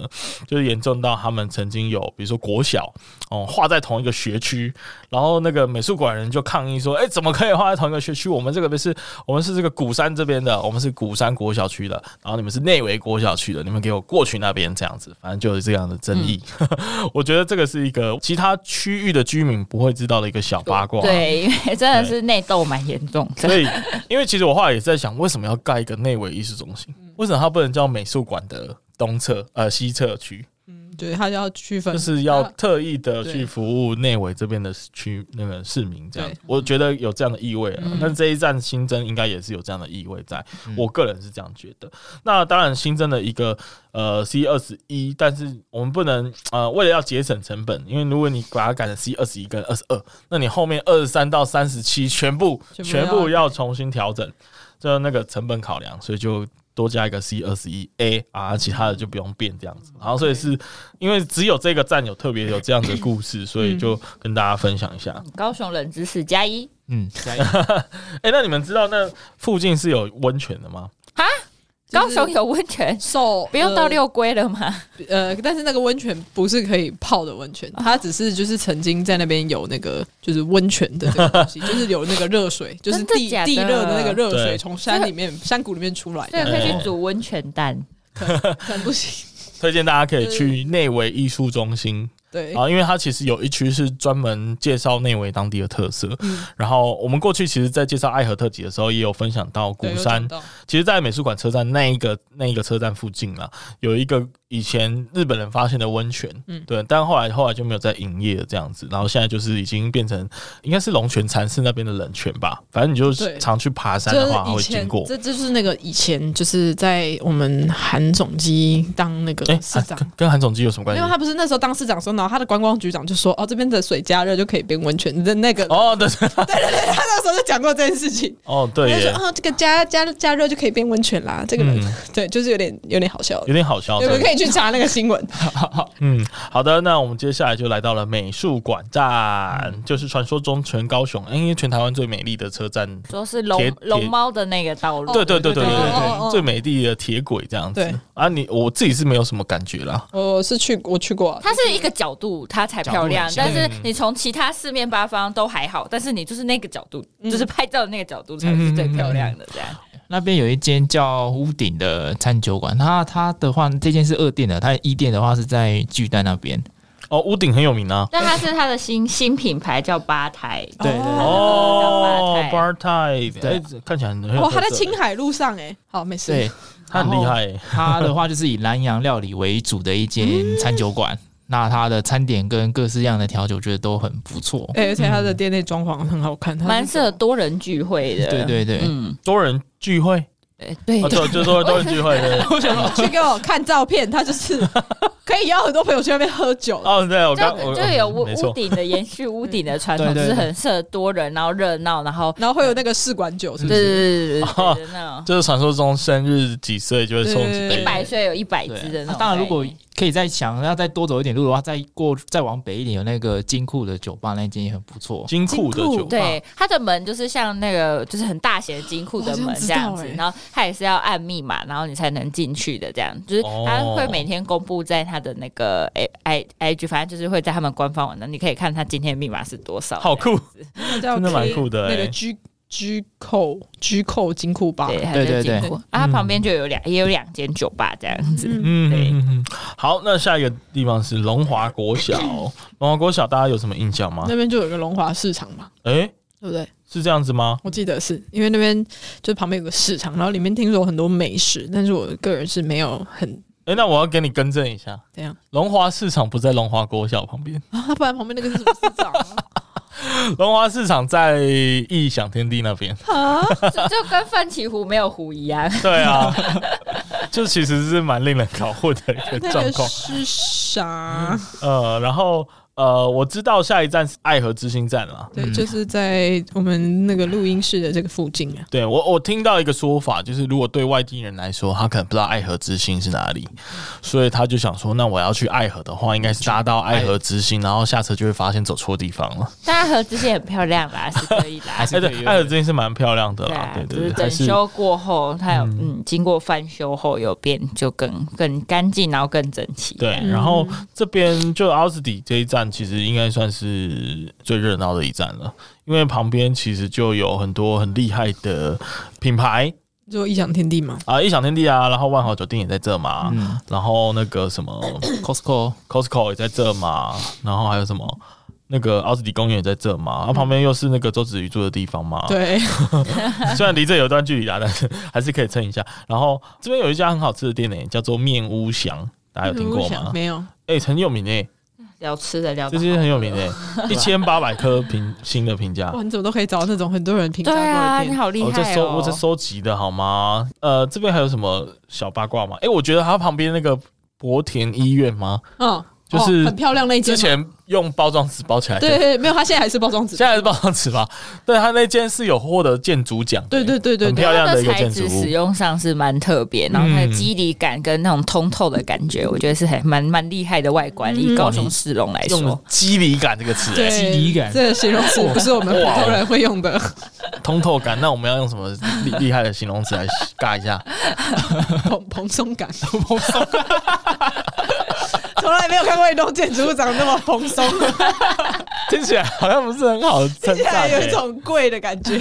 A: 就是严重到他们曾经有，比如说国小哦画在同一个学区，然后那个美术馆人就抗议说：“哎、怎么可以画在同一个学区？我们这个是，我们是这个鼓山这边的，我们是鼓山国小区的，然后你们是内围国小区的，你们给我过去那边这样子。”反正就有这样的争议。
B: 嗯
A: *laughs* 我觉得这个是一个其他区域的居民不会知道的一个小八卦。
D: 对，因为真的是内斗蛮严 *laughs* 重
A: *laughs*
D: 的。
A: 所以，因为其实我后来也是在想，为什么要盖一个内围艺术中心？
B: 嗯
A: 为什么它不能叫美术馆的东侧、呃西侧区？
B: 嗯，对，他就要区分，
A: 就是要特意的
B: 对
A: 去服务内围这边的区那个市民，这样
B: 对
A: 我觉得有这样的意味啊
D: 嗯。
A: 那这一站新增应该也是有这样的意味在，我个人是这样觉得。那当然新增了一个呃 C 二十一，但是我们不能呃为了要节省成本，因为如果你把它改成 C 二十一跟二十二，那你后面二十三到三十七全部
B: 全部
A: 全部
B: 要
A: 要重新调整，这那个成本考量，所以就多加一个 C 二十一 A 啊，其他的就不用变这样子。然后所以是因为只有这个站有特别有这样的故事，所
B: 嗯
A: 以就跟大家分享一下。
D: 高雄冷知识加一
C: 嗯，
A: 哎、那你们知道那附近是有温泉的吗？
B: 就是
D: 高雄有温泉，
B: 受
D: 不用到六龟了吗？
B: 呃，但是那个温泉不是可以泡的温泉，它只是就是曾经在那边有那个就是温泉的这个东 *laughs* 西，就是有那个热水，就是
D: 真的
B: 地
D: 假的
B: 地热的那个热
A: 对
B: 水从山里面山谷里面出来
D: 所以
B: 的，
D: 可以去煮温泉蛋。
B: 可能不行。
A: 推荐大家
B: 呃
A: 可以去内围艺术中心
B: 对，
A: 啊，因为它其实有一区是专门介绍内围当地的特色。
B: 嗯
A: 然后我们过去其实，在介绍爱河特辑的时候，也有分享到鼓
B: 对嗯有
A: 山
B: 找到
A: 其实，在美术馆车站那一个那一个车站附近啦，有一个以前日本人发现的温泉，
B: 嗯
A: 对，但后来后来就没有再营业了这样子，然后现在就是已经变成应该是龙泉禅寺那边的冷泉吧，反正你就
B: 对
A: 常去爬山的话
B: 就是以
A: 会经
B: 前
A: 过，
B: 这就是那个以前就是在我们韩总机当那个
A: 哎、
B: 市
A: 啊
B: 长
A: 跟，跟韩总机有什么关
B: 因
A: 系
B: 为？他不是那时候当市长的时候，然后他的观光局长就说：“哦，这边的水加热就可以变温泉的那个。
A: 哦，对对，
B: 对对 *laughs* 对，他那时候就讲过这件事情。
A: 哦对
B: 他就
A: 耶，
B: 说：“哦，这个加加加热就可以变温泉啦。”这个人、对，就是有点有点好笑
A: 有。点好笑。
B: 对，我
A: 对
B: 可以去查那个
A: *laughs*
B: 新闻。
A: 嗯，好的，那我们接下来就来到了美术馆站，
B: 嗯
A: 就是传说中全高雄，因为全台湾最美丽的车站，
D: 说是
A: 铁
D: 龙
A: 铁
D: 龙猫的那个道路，
A: 对对对对对
B: 哦对对
A: 对
B: 哦哦
A: 对，
B: 哦
A: 最美丽的铁轨这样子
B: 对
A: 啊，你我自己是没有什么感觉啦，
B: 我是去我去过啊，
D: 它是一个角度，它才漂亮。
C: 角度
D: 但
C: 很
D: 是你从其他四面八方都还好，但是你就是那个角度，就是拍照的那个角度才是最漂亮的。这样，
C: 那边有一间叫屋顶的餐酒馆，那它的话，这间是二店的，它一店的话是在巨蛋那边。
A: 哦，屋顶很有名啊，
D: 但它是它的新新品牌叫吧台，
C: 对
B: 啊
C: 对对
A: 哦
D: 叫
A: ，bar tie，
C: 对
A: 哎看起来很有
B: 哦，他在
A: 特色
B: 青海路上哎、好没事。
C: 对，
A: 他很厉害耶，
C: 它的话就是以南洋料理为主的一间
A: 嗯
C: 餐酒馆。那它的餐点跟各式样的调酒，我觉得都很不错。
B: 哎、而且他的店内装潢很好看，它
D: 蛮
B: 是
D: 适合多人聚会的。
C: 对对对，
D: 嗯，
A: 多人聚会，
D: 对对
A: 哦，对，就是
B: *laughs*
A: 说多人聚会，对。对
B: 去给哎我看照片，他就是 *laughs* 可以邀很多朋友去那边喝酒。
A: 哦，对，我刚
D: 就
A: 我
D: 就有屋
A: 没
D: 屋
A: 错，
D: 顶的延续，屋顶的传统
C: 对对
D: 就
C: 对
D: 是很适合多人，然后热闹，然后
B: 然后会有那个试管酒，是
D: 对
B: 不是？
D: 对对对对对那种
A: 就是传说中生日几岁就会送几
B: 对
D: 一
A: 杯
B: 对，
D: 百岁有一百
C: 对
D: 只
A: 啊
D: 的那
C: 那
D: 种。
C: 当然，如果可以再想要再多走一点路的话，再过再往北一点，有那个金库的酒吧，那间也很不错。
A: 金库的酒
B: 金库
A: 吧，
D: 对，它的门就是像那个，就是很大型的金库的门这样
B: 我好像知
D: 子
B: 道欸，
D: 然后它也是要按密码，然后你才能进去的，这样就是它
A: 哦
D: 会每天公布在它的那个 i i g，反正就是会在他们官方网站，你可以看它今天的密码是多少。
A: 好酷，
B: 那叫
A: 真的蛮酷的
B: 那
A: 欸
B: 个 G G 扣 G 扣金库吧。
D: 对，它
C: 对
D: 就
C: 对
D: 金
C: 对
D: 库
B: 嗯
D: 啊，它旁边就有两也有两间酒吧这样子。
A: 嗯
D: 对
A: 嗯嗯，好，那下一个地方是龙华国
B: *coughs*
A: 小，龙华国小大家有什么印象吗？
B: 那边就有一个龙华市场嘛，
A: 诶，
B: 对不对？
A: 是这样子吗？
B: 我记得是因为那边就是旁边有个市场，然后里面听说有很多美食，但是我个人是没有很
A: 诶，那我要给你更正一下，
B: 怎样
A: 龙华市场不在龙华国小旁边， *laughs*
B: 啊，不然旁边那个是什么市场啊
D: *laughs*
A: 龙华市场在异想天地那
B: *laughs*
A: 边。
B: 啊？啊
D: *laughs* 就就跟奋起湖没有湖一样， *laughs*
A: 对啊，就其实是蛮令人搞混的一个
B: *laughs* 那
A: 状
B: 个
A: 况。
B: 是
D: 嗯
B: 啥？
A: 呃，然后呃，我知道下一站是爱河之星站了。
B: 对，就是在我们那个录音室的这个附近啊。
A: 对我，我听到一个说法，就是如果对外地人来说，他可能不知道爱河之心是哪里，所以他就想说，那我要去爱河的话，应该是搭到爱河之心，然后下车就会发现走错地方了。
D: 大家和之前很漂亮吧，是可以
C: 还
D: 啦。
C: 是
A: 哎，
C: 可
A: 对，
C: 以
A: 爱河之心是蛮漂亮的啦，
D: 啊
A: 对，
D: 就
A: 对
D: 是
A: 对，还
D: 整
A: 是
D: 修过后，它有嗯，经过翻修后有变就更更干净，然后更整齐。
A: 对。然后这边就奥斯底这一站，其实应该算是最热闹的一站了，因为旁边其实就有很多很厉害的品牌
B: 就异想天地嘛，
A: 啊，异想天地啊，然后万豪酒店也在这嘛，
C: 嗯
A: 然后那个什么。
C: ，Costco
A: Costco 也在这嘛，然后还有什么？那个奥斯迪公园也在这嘛，然后旁边又是那个周子瑜住的地方嘛。，
B: 对，
A: *laughs* 虽然离这有段距离啦，但是还是可以蹭一下。然后这边有一家很好吃的店呢、叫做面屋祥，大家有
B: *laughs*
A: 听过吗？
B: 没有，
A: 哎、很有名诶、
D: 聊吃的聊得
A: 这
D: 好，
A: 些很有名诶、一千八百颗评新的评价。
B: 哇，你怎么都可以找到那种很多人评价
D: 对
B: 过的
D: 啊，
B: 店
D: 你好厉
A: 我在
D: 害
A: 收
D: 哦！
A: 我在收集的好吗？呃，这边还有什么小八卦吗？哎、我觉得它旁边那个博田医院吗？
B: 嗯，
A: 就是
B: 哦很漂亮那一间
A: 之
B: 嘛，
A: 前用包装纸包起来的
B: 对对，没有，他现在还是包装
A: *laughs*
B: 纸
A: 现，在是包装纸
B: *laughs*
A: 吧？对，他那间是有获得建筑奖的，
B: 对对对对
A: 很
B: 对，
A: 漂亮
D: 啊它
A: 的
D: 的
A: 一个
D: 材
A: 建筑
D: 质使
A: 物。
D: 用上是蛮特别，然后它
A: 嗯
D: 的肌理感跟那种通透的感觉，我觉得是很蛮蛮厉害的外观。以高雄市容来
A: 嗯用了
D: 说，
A: “肌理感”这个词、
B: 对
A: 哎，
C: 肌理感
B: 这个形容词不是我们普通人会用
A: 哦
B: 的。
A: 通透感。那我们要用什么厉厉害的形容词 *laughs* 来尬一下？
B: 蓬 *laughs* 蓬松感，蓬松感，从来没有看过一栋建筑物长得那么蓬 *laughs* 松，
A: 听起来好像不是很好称
B: 现 *laughs*
A: 赞、
B: 在有一
A: 欸。
B: 种贵的感 *laughs* 觉。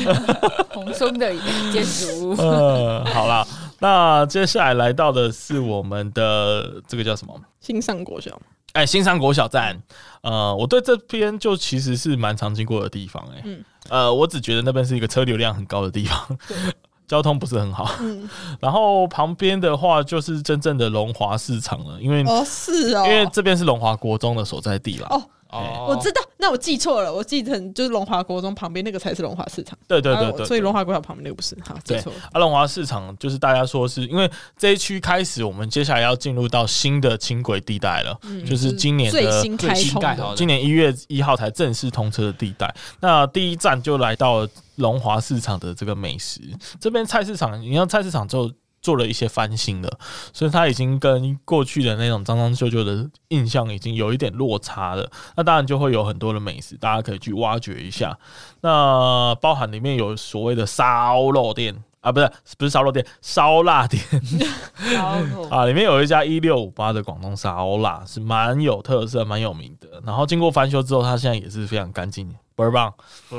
D: 蓬松的建
A: *laughs*
D: 筑物。
A: 呃，好啦，那接下来来到的是我们的这个叫什么？
B: 新上国小，
A: 哎、新山国小站。呃，我对这边就其实是蛮常经过的地方、哎，
B: 嗯
A: 呃，我只觉得那边是一个车流量很高的地方， *laughs* 交通不是很好。
B: 嗯，
A: 然后旁边的话就是真正的龙华市场了，因为、
B: 哦是哦，
A: 因为这边是龙华国中的所在地啦。
B: 哦
C: 哦，
B: 我知道，那我记错了，我记成就是龙华国中旁边那个才是龙华市场，
A: 对对
B: 啊
A: 对
B: 我
A: 对，
B: 所
A: 对
B: 以龙华国小旁边那个不是，好记
A: 对啊
B: 错了，
A: 阿龙华市场就是大家说是因为这一区开始，我们接下来要进入到新的轻轨地带了，
B: 嗯
A: 就是今年
B: 最
A: 的
B: 新开
C: 新
B: 通
C: 盖好
B: 的，
C: 的，
A: 今年一月一号才正式通车的地带。那第一站就来到龙华市场的这个美食，这边菜市场，你看菜市场之后。做了一些翻新了，所以它已经跟过去的那种脏脏旧旧的印象已经有一点落差了。那当然就会有很多的美食，大家可以去挖掘一下。那包含里面有所谓的烧肉店啊，不是不是烧肉店，烧腊店，啊，里面有一家一六五八的广东烧腊是蛮有特色、蛮有名的。然后经过翻修之后，它现在也是非常干净，倍儿棒。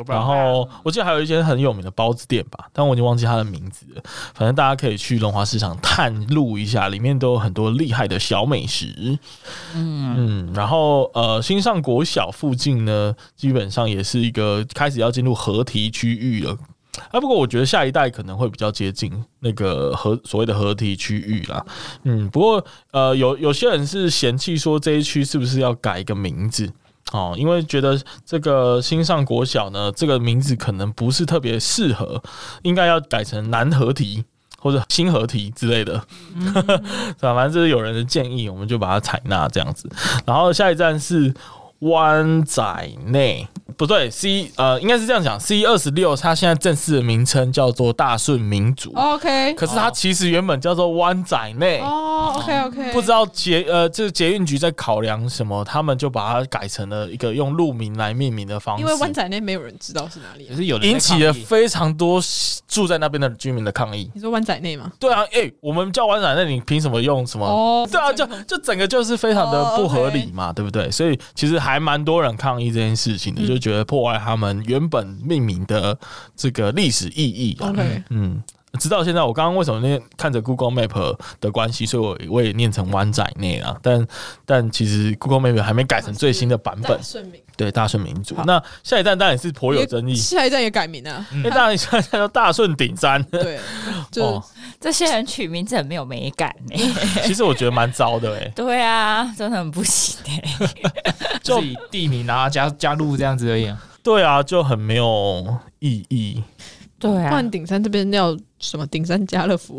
A: 然后我记得还有一间很有名的包子店吧，但我已经忘记它的名字了。反正大家可以去龙华市场探路一下，里面都有很多厉害的小美食。嗯然后呃，新上国小附近呢，基本上也是一个开始要进入合体区域了。啊，不过我觉得下一代可能会比较接近那个合所谓的合体区域啦。嗯，不过呃，有有些人是嫌弃说这一区是不是要改一个名字？哦，因为觉得这个新上国小呢，这个名字可能不是特别适合，应该要改成南河堤或者新河堤之类的。 *laughs* 反正这是有人的建议，我们就把它采纳这样子。然后下一站是湾仔内，不对，C 呃，应该是这样讲，C 二十六，它现在正式的名称叫做大顺民主，
B: 哦 OK，
A: 可是它其实原本叫做湾仔内。
B: 哦，OK OK，
A: 不知道捷呃，这捷运局在考量什么，他们就把它改成了一个用路名来命名的方式，
B: 因为湾仔内没有人知道是哪里
C: 可
B: 啊，
C: 是有人
A: 引
C: 在抗
A: 起
C: 议
A: 了非常多住在那边的居民的抗议。
B: 你说湾仔内吗？
A: 对啊，哎、我们叫湾仔内，你凭什么用什么？
B: 哦，
A: 对啊，就就整个就是非常的不合理嘛，对不对？所以其实还蛮多人抗议这件事情的，
B: 嗯
A: 就觉得破坏他们原本命名的这个历史意义啊。
B: OK
A: 嗯，直到现在，我刚刚为什么那看着 Google Map 的关系，所以我我也念成湾仔内啊，但但其实 Google Map 还没改成最新的版本
B: 大，顺民，
A: 对大顺民主。那下一站当然也是颇有争议嗯
B: 也，下一站也改名啊，
A: 因为当然下一站叫大顺顶山。
B: *laughs* 对，就
A: 哦，
D: *laughs* 这些人取名字很没有美感哎、
A: *laughs* *laughs* 其实我觉得蛮糟的哎、
D: 对啊，真的很不行哎、
C: 自己地名然后加加入这样子而已啊。
A: 对啊，就很没有意义。
D: 对啊
B: 换，顶山这边叫什么？顶山家乐福，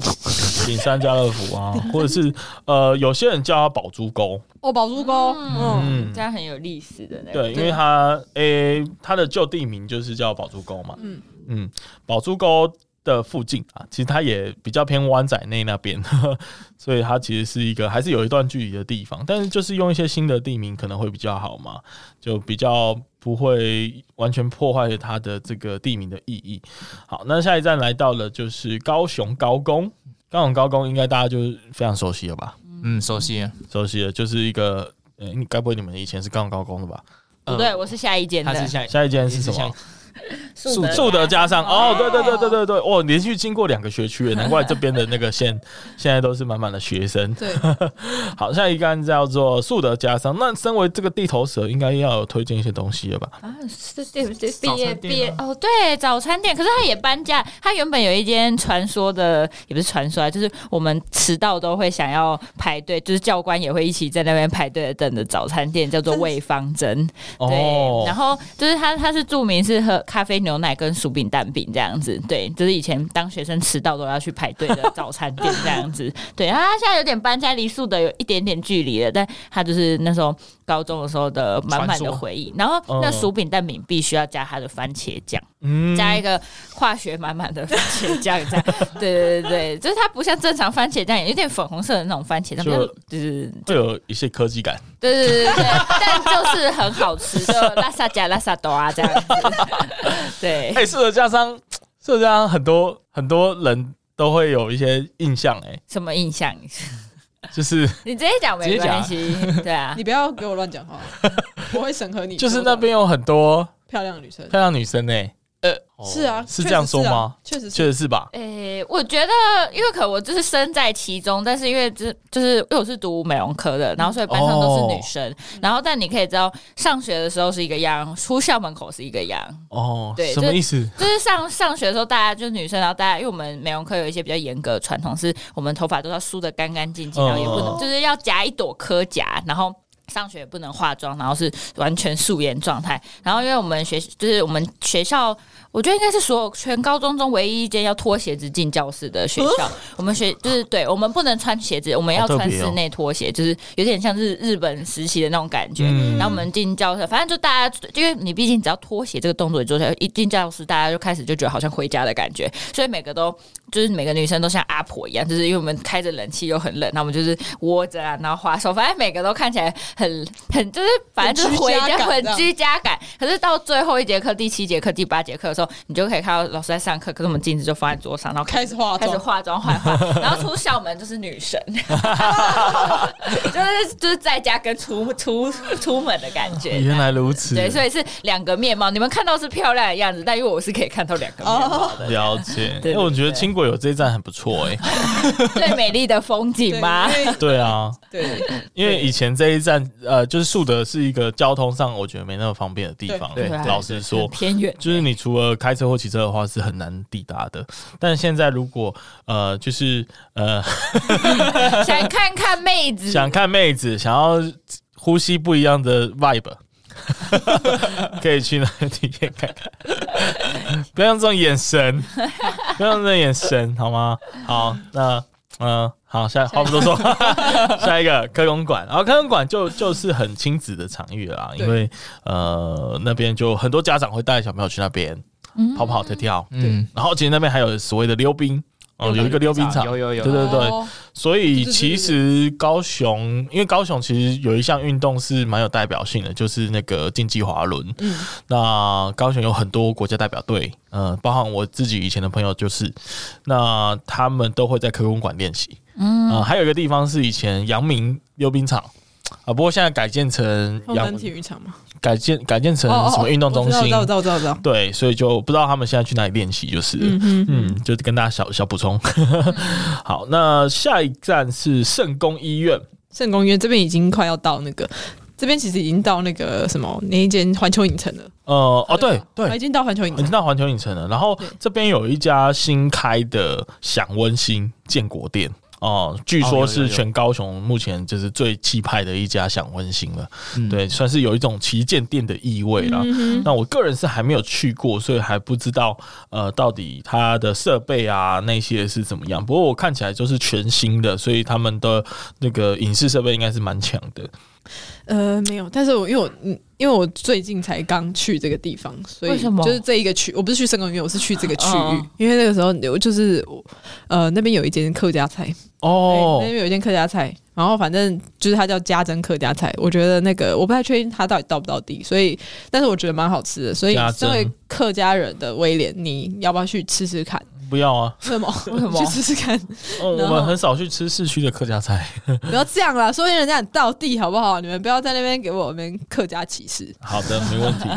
A: 顶山家乐福啊，或者是呃，有些人叫它宝珠沟，
B: 哦，宝珠沟，嗯，
A: 嗯
D: 这，样很有历史的那个。
A: 对，因为它诶、它的旧地名就是叫宝珠沟嘛，嗯
B: 嗯
A: 嗯，宝珠沟的附近啊，其实它也比较偏湾仔内那边， *laughs* 呵呵所以它其实是一个还是有一段距离的地方，但是就是用一些新的地名可能会比较好嘛，就比较不会完全破坏它的这个地名的意义。好，那下一站来到了就是高雄高工。高雄高工应该大家就是非常熟悉了吧？
C: 嗯，熟悉啊，
A: 熟悉的，就是一个，呃、你该不会你们以前是刚高工的吧？
D: 不对，我是下一间
C: 他
D: 的
C: 是下
A: 下一间嗯是什么？ *laughs*
D: 素德
A: 树德加上哦，对对对对
D: 对，
A: 对对，哦，连续经过两个学
D: *laughs*
A: 区，难怪这边的那个县现在都是满满的学生。
B: 对，
A: 好，下一杆叫做树德加上，那身为这个地头蛇，应该要有推荐一些东西了吧？
D: 啊，是对不对？
C: 早
D: 毕业
C: 餐
D: 毕
C: 店
D: 业
C: 啊
D: 哦，对，早餐店。可是他也搬家，他原本有一间传说的，也不是传说啊，就是我们迟到都会想要排队，就是教官也会一起在那边排队等的早餐店，叫做魏方珍。对，
A: 哦，
D: 然后就是他，他是著名是喝咖啡、牛奶跟薯饼、蛋饼这样子。对，就是以前当学生迟到都要去排队的早餐店这样子。 *laughs* 对，然后他现在有点搬家，离宿的有一点点距离了，但他就是那时候高中的时候的满满的回忆。然后那
A: 嗯
D: 薯饼、蛋饼必须要加他的番茄酱，
A: 嗯
D: 加一个化学满满的番茄酱，这样。对对对对，就是它不像正常番茄酱，有点粉红色的那种番茄酱，比较
A: 就
D: 就是
A: 会有一些科技感。
D: 对对对对对，但就是很好吃，就拉萨加拉萨多啊这样子。对，
A: 哎，树德加上，树德加上很多很多人都会有一些印象，哎，
D: 什么印象？ *laughs*
A: 就是
D: 你直接讲
C: 直
D: 没
C: 接讲
D: 关
C: 啊
D: 系，对啊
B: *laughs* 你。不要给我乱
A: *laughs*
B: 讲话，我会审核你。
A: 就是那边有很多
B: 漂亮的女生，
A: 漂亮女生，哎，
B: 是啊，
A: 是
B: 确
A: 这样
B: 实
A: 说
B: 是啊
A: 吗？
B: 确实
A: 确
B: 是，
A: 实是吧？
D: 诶、我觉得，因为可能我就是身在其中，但是因为就是就是因为我是读美容科的，然后所以班上都是女生，然后但你可以知道，上学的时候是一个样，出校门口是一个样，
A: 哦，
D: 对
A: 什么
D: 就
A: 意思？
D: 就是上上学的时候，大家就是女生，然后大家因为我们美容科有一些比较严格的传统，是我们头发都要梳的干干净净，
A: 嗯
D: 然后也不能就是要夹一朵科夹，然后。上学也不能化妆，然后是完全素颜状态。然后因为我们学就是我们学校，我觉得应该是所有全高中中唯一一间要脱鞋子进教室的学
B: 哦
D: 校。我们学就是对我们不能穿鞋子，我们要
A: 好特
D: 穿
A: 别哦
D: 室内拖鞋，就是有点像是日本时期的那种感觉。
A: 嗯
D: 然后我们进教室，反正就大家，因为你毕竟只要脱鞋这个动作你做出来，一进教室大家就开始就觉得好像回家的感觉，所以每个都就是每个女生都像阿婆一样，就是因为我们开着冷气又很冷，那我们就是窝着啊，然后滑手，反正每个都看起来很很就是反正就是回
B: 很居家
D: 家
B: 感
D: 很
B: 这样
D: 居家感。可是到最后一节课、第七节课、第八节课的时候，你就可以看到老师在上课，可是我们镜子就放在桌上，然后
B: 开始化
D: 开始
B: 妆，
D: 化妆换化，然后出校门就是女神， *laughs* 就是就是在家跟出出出门的感觉。
A: 原来如此，
D: 对，所以是两个面貌。你们看到是漂亮的样子，但因为我是可以看到两个面貌
B: 哦
D: 的，
A: 了解。
D: *laughs* 对对
A: 因为我觉得
D: 对
A: 轻轨有这一站很不错哎。
D: 最美丽的风景吗？
B: 对因为
A: *laughs* 对啊，
B: 对，
A: 因为以前这一站呃，就是树德是一个交通上我觉得没那么方便的地方
C: 对
D: 对。
A: 老实说
D: 很，偏远，
A: 就是你除了开车或骑车的话是很难抵达的。但现在如果呃，就是呃，
D: 想看看妹子，
A: 想看妹子，想要呼吸不一样的 vibe，可以去那里体验看看。不要用这种眼神，不要用这种眼神，好吗？好，那嗯、呃好，下话不多说，下一个科工馆，然哦后科工馆就就是很亲子的场域啦，因为呃那边就很多家长会带小朋友去那边跑跑跳跳，
C: 嗯，
A: 然后其实那边还有所谓的溜冰。哦，有一个溜冰场，
C: 有有有
A: 对对对，
B: 哦
A: 所以
B: 对对对
A: 其实高雄，因为高雄其实有一项运动是蛮有代表性的，就是那个竞技滑轮。
B: 嗯
A: 那高雄有很多国家代表队，嗯、包含我自己以前的朋友就是，那他们都会在科工馆练习。嗯、还有一个地方是以前阳明溜冰场。啊，不过现在改建成
B: 后
A: 阳
B: 门体育场嘛，
A: 改建改建成
B: 哦哦
A: 什么运动中
B: 我知
A: 心
B: 道，我知道，我知道，我知道。
A: 对，所以就不知道他们现在去哪里练习，就是了
B: 嗯哼，
A: 嗯，就跟大家小小补充。 *laughs* 好，那下一站是圣公医院，
B: 圣公园这边已经快要到那个，这边其实已经到那个什么那一间环球影城了。
A: 呃，哦，对
B: 啊
A: 对
B: 已，经到环球影
A: 已
B: 城
A: 经。到环球影城了。然后
B: 对
A: 这边有一家新开的享温馨建国店。哦、据
C: 哦有
A: 说
C: 有
A: 是
C: 有
A: 全高雄目前就是最气派的一家享温馨了，
C: 嗯
A: 对，算是有一种旗舰店的意味啦。
B: 嗯哼
A: 那我个人是还没有去过，所以还不知道呃到底它的设备啊那些是怎么样。不过我看起来就是全新的，所以他们的那个影视设备应该是蛮强的。
B: 呃，没有，但是我因为我嗯因为我最近才刚去这个地方，所
D: 为
B: 以
D: 什么
B: 就是这一个区，我不是去圣公园，我是去这个区域
D: 哦，
B: 因为那个时候我就是呃那边有一间客家菜，
A: 哦
B: 对，那边有一间客家菜，然后反正就是它叫家珍客家菜，我觉得那个我不太确定它到底到不到地，所以但是我觉得蛮好吃的，所以
A: 家珍
B: 身为客家人的威廉，你要不要去吃吃看？
A: 不要啊，
B: 为什 *laughs* 么？
D: 为什么
B: 去吃吃看？
A: 哦我
B: 然后
A: 们很少去吃市区的客家菜。
B: 不要这样啦，说不定人家很到地好不好？你们不要在那边给我们客家歧视。
A: 好的，没问题。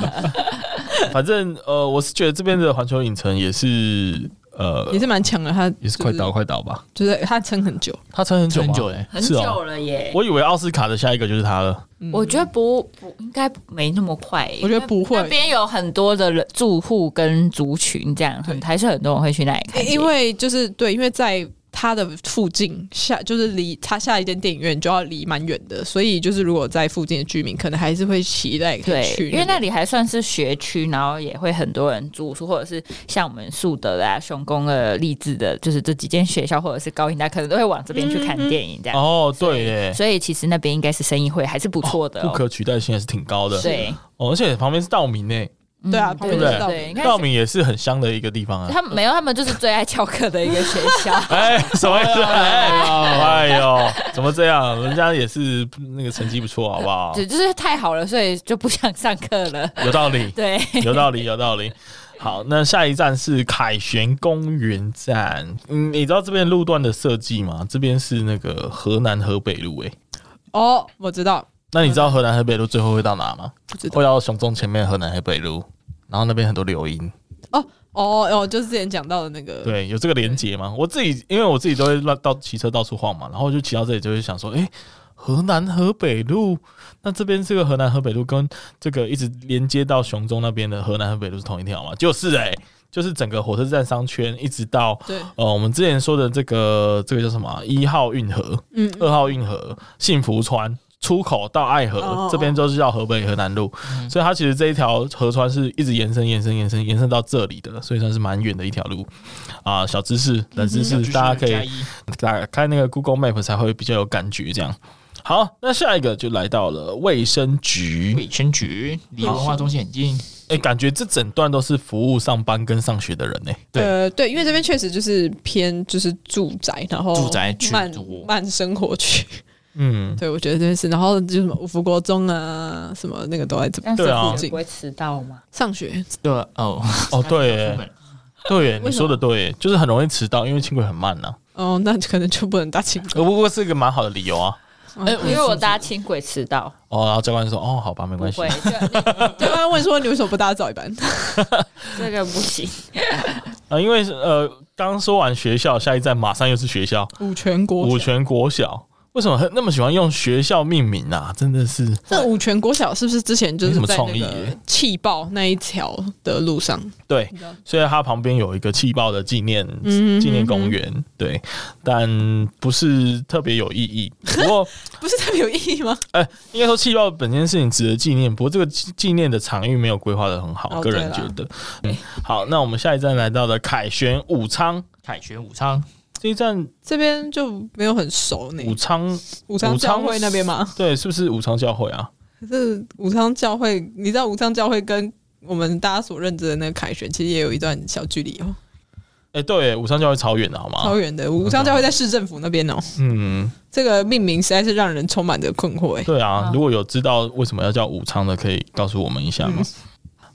A: 反正呃，我是觉得这边的环球影城也是呃
B: 也是蛮强的，他
A: 也是快倒快倒吧，
B: 就是他撑很久，
A: 它撑很久吗
C: 很久哎，
D: 很
A: 是哦
D: 久了耶。
A: 我以为奥斯卡的下一个就是它了。
D: 我觉得不不应该没那么快耶，
B: 嗯我觉得不会
D: 那边有很多的人住户跟族群，这样很还是很多人会去那里看电影。
B: 因为就是对，因为在他的附近下，就是离他下一间电影院就要离蛮远的，所以就是如果在附近的居民，可能还是会期待可以
D: 对，
B: 去边，
D: 因为那里还算是学区，然后也会很多人住宿，或者是像我们树德啊、雄工的、励志的，就是这几间学校或者是高音大，可能都会往这边去看
B: 嗯
D: 电影这样。
A: 哦，对耶，
D: 所以其实那边应该是生意会还是不错
B: 哦
D: 的、
A: 不可取代性也是挺高的。
B: 啊
D: 对
A: 哦，而且旁边是道明诶，
D: 嗯
B: 对啊
D: 对
A: 对不对
D: 对，你看
A: 道明也是很香的一个地方啊。
D: 他们没有，他们就是最爱翘课的一个学
B: *laughs*
A: *laughs*
D: 校。
B: 哦
A: 哎，什么意思？哎
C: 哎
A: 哎呦，怎么这样？人家也是那个成绩不错，好不好？
D: 对，就是太好了，所以就不想上课了。
A: 有道理，
D: 对，
A: 有道理，有道理。好，那下一站是凯旋公园站。嗯，你知道这边路段的设计吗？这边是那个河南河北路、欸，
B: 哦，我知道，
A: 那你知道河南河北路最后会到哪吗？
B: 不知道
A: 会到雄中前面河南河北路，然后那边很多流音。
B: 哦哦，就是之前讲到的那个，
A: 对，有这个连接吗？我自己因为我自己都会乱到骑车到处晃嘛，然后我就骑到这里就会想说，哎、河南河北路，那这边这个河南河北路跟这个一直连接到雄中那边的河南河北路是同一条吗？就是哎、就是整个火车站商圈一直到
B: 对，
A: 呃我们之前说的这个这个叫什么啊一号运河、
B: 嗯，
A: 二号运河、幸福川出口到爱河、
B: 哦哦
A: 这边就是叫河北河南路，
C: 嗯
A: 所以它其实这一条河川是一直延伸、延伸、延伸、延伸到这里的，所以算是蛮远的一条路啊、小知识、冷知
C: 嗯
A: 识，大家可以
C: 加一
A: 打开那个 Google Map 才会比较有感觉。这样，好，那下一个就来到了卫生局。
C: 卫生局离文化中心很近，
A: 哎、感觉这整段都是服务上班跟上学的人呢、
C: 对
B: 呃，对，因为这边确实就是偏就是住宅，哦然后
C: 住宅区
B: 慢
C: 多
B: 慢生活区， *laughs*
A: 嗯，
B: 对我觉得这件事。然后就是什么五福国中啊，什么那个都在这边
D: 但是
A: 对啊
D: 自己不会迟到吗？
B: 上学，
C: 对哦，
A: 哦，对耶、对耶，你
B: 为什
A: 说
B: 么
A: 的对耶，就是很容易迟到，因为轻轨很慢呐、
B: 哦，那可能就不能搭
D: *laughs*
B: 轻轨。
A: 呃，不过是一个蛮好的理由啊。
C: 哎，
D: 因为我搭轻轨迟到，
A: 哦，然后教官说：“哦，好吧，没
D: 不
A: 关系
D: 会。，
B: *laughs*
D: 就
B: 对方问说你为什么不搭早一班？
D: *laughs* 这个不行。
A: 呃，因为是呃，刚说完学校，下一站马上又是学校，
B: *laughs* 五全国小
A: 五全国小。为什么那么喜欢用学校命名啊？真的是
B: 这五全国小是不是之前就是
A: 没
B: 在
A: 什么
B: 那
A: 创意
B: 个
A: 耶
B: 气爆那一条的路上？
A: 对
B: 知道，
A: 虽然它旁边有一个气爆的纪念
B: 嗯
A: 纪念公园，对，但不是特别有意义。不过，
B: 不是特别有意义吗？
A: 呃，应该说气爆本身事情值得纪念，不过这个纪纪念的场域没有规划的很好，
B: 哦
A: 个人
B: 对
A: 觉
B: 啦
A: 得。嗯好，那我们下一站来到了凯旋武昌，
C: 凯旋武昌，
A: 这一站
B: 这边就没有很熟呢。
A: 武昌，
B: 武昌
A: 武昌
B: 教会那边吗？
A: 对，是不是武昌教会啊？
B: 可是武昌教会，你知道武昌教会跟我们大家所认知的那个凯旋，其实也有一段小距离哦，
A: 哎、对耶，武昌教会超远的好吗
B: 超？远的。武昌教会在市政府那边哦，
A: 嗯，
B: 这个命名实在是让人充满着困惑哎。
A: 对啊
D: 啊，
A: 如果有知道为什么要叫武昌的，可以告诉我们一下吗？
B: 嗯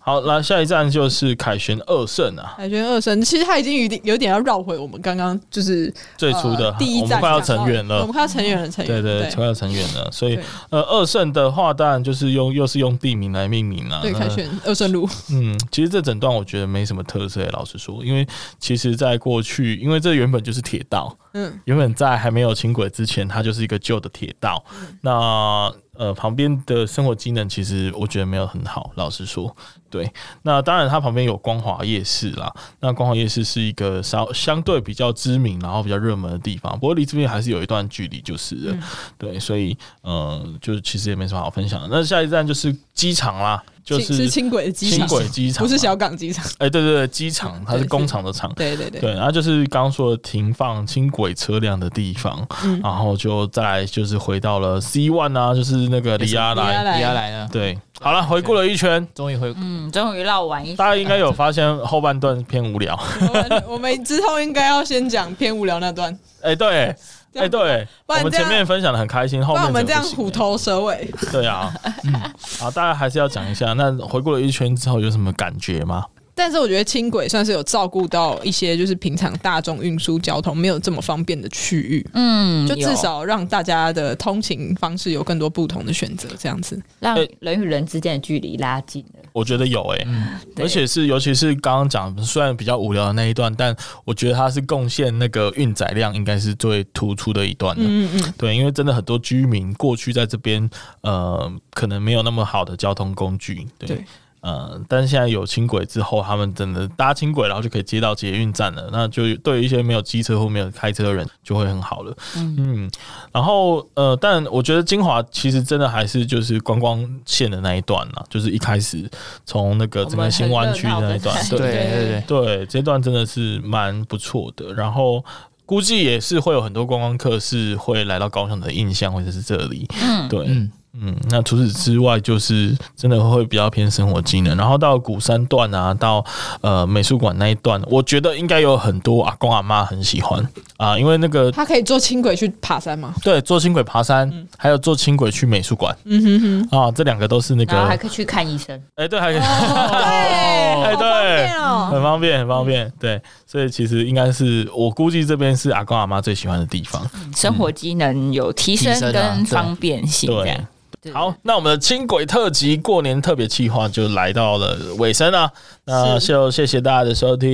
A: 好，那下一站就是凯旋二圣啊，
B: 凯旋二生，其实他已经有点有点要绕回我们刚刚就是
A: 最初的、
B: 呃第一
A: 我
B: 站
A: 们快要
B: 讲到
A: 成员
B: 我
A: 了
B: 们。快要成员了，成
A: 对
B: 员
A: 对，快要成员了，所以
B: 对
A: 呃，二圣的话，当然就是用又是用地名来命名了、啊。
B: 对，
A: 那
B: 凯旋二圣路，
A: 嗯，其实这整段我觉得没什么特色、欸老实说，因为其实在过去，因为这原本就是铁道，
B: 嗯，
A: 原本在还没有轻轨之前，它就是一个旧的铁道。那呃，旁边的生活机能其实我觉得没有很好，老实说，对。那当然，它旁边有光华夜市啦。那光华夜市是一个稍相对比较知名，然后比较热门的地方，不过离这边还是有一段距离，就是了、对。所以呃，就是其实也没什么好分享的。那下一站就是机场啦，就
B: 轻是
A: 是。
B: 轻轨的机
A: 轻
B: 场，
A: 轨机场
B: 不是
A: 嘛
B: 小港
A: *laughs*
B: 机场。
A: 哎、对对对，机场它
B: 对
A: 是
B: 是
A: 工厂的厂，
B: 对对对，
A: 对，然后就是刚刚说的停放轻轨车辆的地方，
B: 嗯
A: 然后就再来就是回到了 C one 啊，就是那个里亚
B: 里亚
A: 莱，
B: 来
C: 迪亚来了，
A: 对，好了，回顾了一圈，
C: 终于回
D: 嗯，终于绕完一圈
A: 大家应该有发现后半段偏无聊，
B: 我
A: *laughs*
B: 们我们之后应该要先讲偏无聊那段，
A: 哎、对，哎、
B: *laughs* 这样
A: 对，
B: 不
A: 我
B: 然
A: 们
B: 这样
A: 前面分享的很开心，后
B: 不
A: 面
B: 然我们
A: 整个
B: 这样
A: 不行
B: 虎，头蛇尾。
A: 哎对啊，嗯，好，大家还是要讲一下，那回顾了一圈之后有什么感觉吗？
B: 但是我觉得轻轨算是有照顾到一些就是平常大众运输交通没有这么方便的区域，
D: 嗯，
B: 就至
D: 有
B: 少让大家的通勤方式有更多不同的选择，这样子。
D: 让
A: 哎
D: 人与人之间的距离拉近了。
A: 我觉得有诶、
D: 对
A: 而且是尤其是刚刚讲虽然比较无聊的那一段，但我觉得它是贡献那个运载量应该是最突出的一段的。
B: 嗯嗯嗯，
A: 对，因为真的很多居民过去在这边，呃，可能没有那么好的交通工具，对，
B: 对
A: 呃，但是现在有轻轨之后，他们真的搭轻轨，然后就可以接到捷运站了，那就对于一些没有机车或没有开车的人就会很好了，嗯然后呃，但我觉得金华其实真的还是就是观光线的那一段啦，就是一开始从那个整个新湾区那一段，
D: 我们很热闹的
C: 对
A: 对
D: 感觉
C: 对对对，
A: 对，这段真的是蛮不错的。然后估计也是会有很多观光客是会来到高雄的印象，或者是这里。嗯，对，嗯
C: 嗯
A: 那除此之外，就是真的会比较偏生活机能。然后到鼓山段啊，到呃美术馆那一段，我觉得应该有很多阿公阿妈很喜欢啊、因为那个
B: 它可以坐轻轨去爬山吗？
A: 对坐轻轨爬山，还有坐轻轨去美术馆，嗯哼哼，啊，这两个都是那
D: 然后还
A: 个，
D: 可以去看医生，
A: 哎，对，还可以。
D: *laughs*
B: 对，
A: 哎，对，
D: 哦，
A: 很方便，很方便。对，所以其实应该是我估计这边是阿公阿妈最喜欢的地方。
D: 生活机能有提
C: 提
D: 升
C: 升啊
D: 跟
C: 对
D: 方便性这
A: 对
D: 样。。对
A: 好，，那我们的轻轨特辑过年特别企划就来到了尾声啊，那就谢谢大家的收听。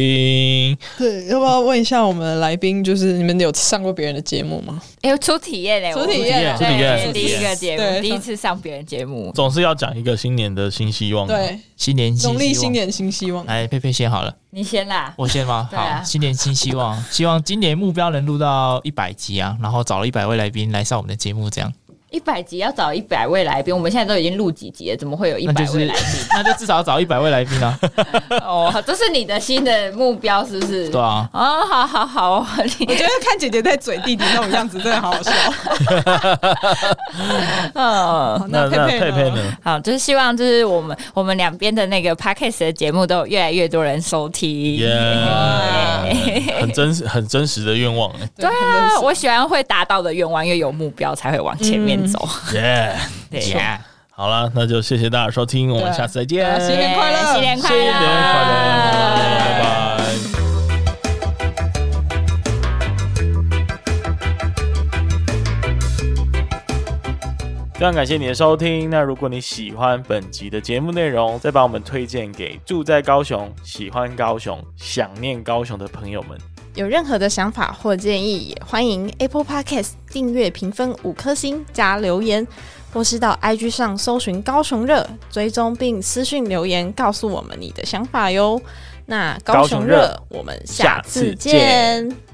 B: 对，要不要问一下我们的来宾，就是你们有上过别人的节目吗？
D: 哎、呦，初体验嘞，
B: 初体验
D: 我
A: 初体验
D: 对第一个节
B: 对
D: 目，第一次上别人节目，
A: 总是要讲一个新年的新希望，，
B: 对，
C: 新年哦新
B: 农历新
C: 希望，哎
B: 年新希望。
C: 来佩佩先好了，
D: 你先啦。
C: 我先吗？
D: 对啊
C: 好，新年新希望，
D: *laughs*
C: 希望今年目标能录到一百集啊，然后找了一百位来宾来上我们的节目，这样
D: 一百集要找一百位来宾，我们现在都已经录几集了，怎么会有一
C: 那
D: 百
C: 就
D: 位
C: 是
D: 来宾？
C: *laughs* 那就至少要找一百位来宾啊，
D: 哦，这是你的新的目标是不是？
C: 对啊，
D: 哦，好好好，
B: 我
D: 你
B: 觉得看姐姐在嘴弟弟那种样子真的好好笑。
D: *laughs* 嗯。
B: 好
A: 那
B: 佩
A: 那
B: 佩
A: 佩
B: 呢
A: 佩？
D: *laughs*
A: 呢？
D: 好，就是希望就是我们我们两边的那个 podcast 的节目都有越来越多人收听。
A: 耶、很真实很真实的愿望哎、
D: 对
B: 很认
D: 啊，
B: 识
D: 我喜欢会达到的愿望，因为有目标才会往前面
B: 嗯
D: 走。
A: 耶、
D: *laughs* 对
C: 对啊
A: 好了，那就谢谢大家收听，我们下次再见，
B: 对啊新年快乐
D: 新年快乐，
A: 新年快乐，拜拜。非常感谢你的收听。那如果你喜欢本集的节目内容，再把我们推荐给住在高雄、喜欢高雄、想念高雄的朋友们。
E: 有任何的想法或建议，也欢迎 Apple Podcast 订阅、评分五颗星加留言，或是到 IG 上搜寻“高雄热”，追踪并私讯留言告诉我们你的想法哟。那高
A: 高雄
E: 雄
A: 热
E: 热，我们下
A: 下次
E: 次
A: 见
E: 见。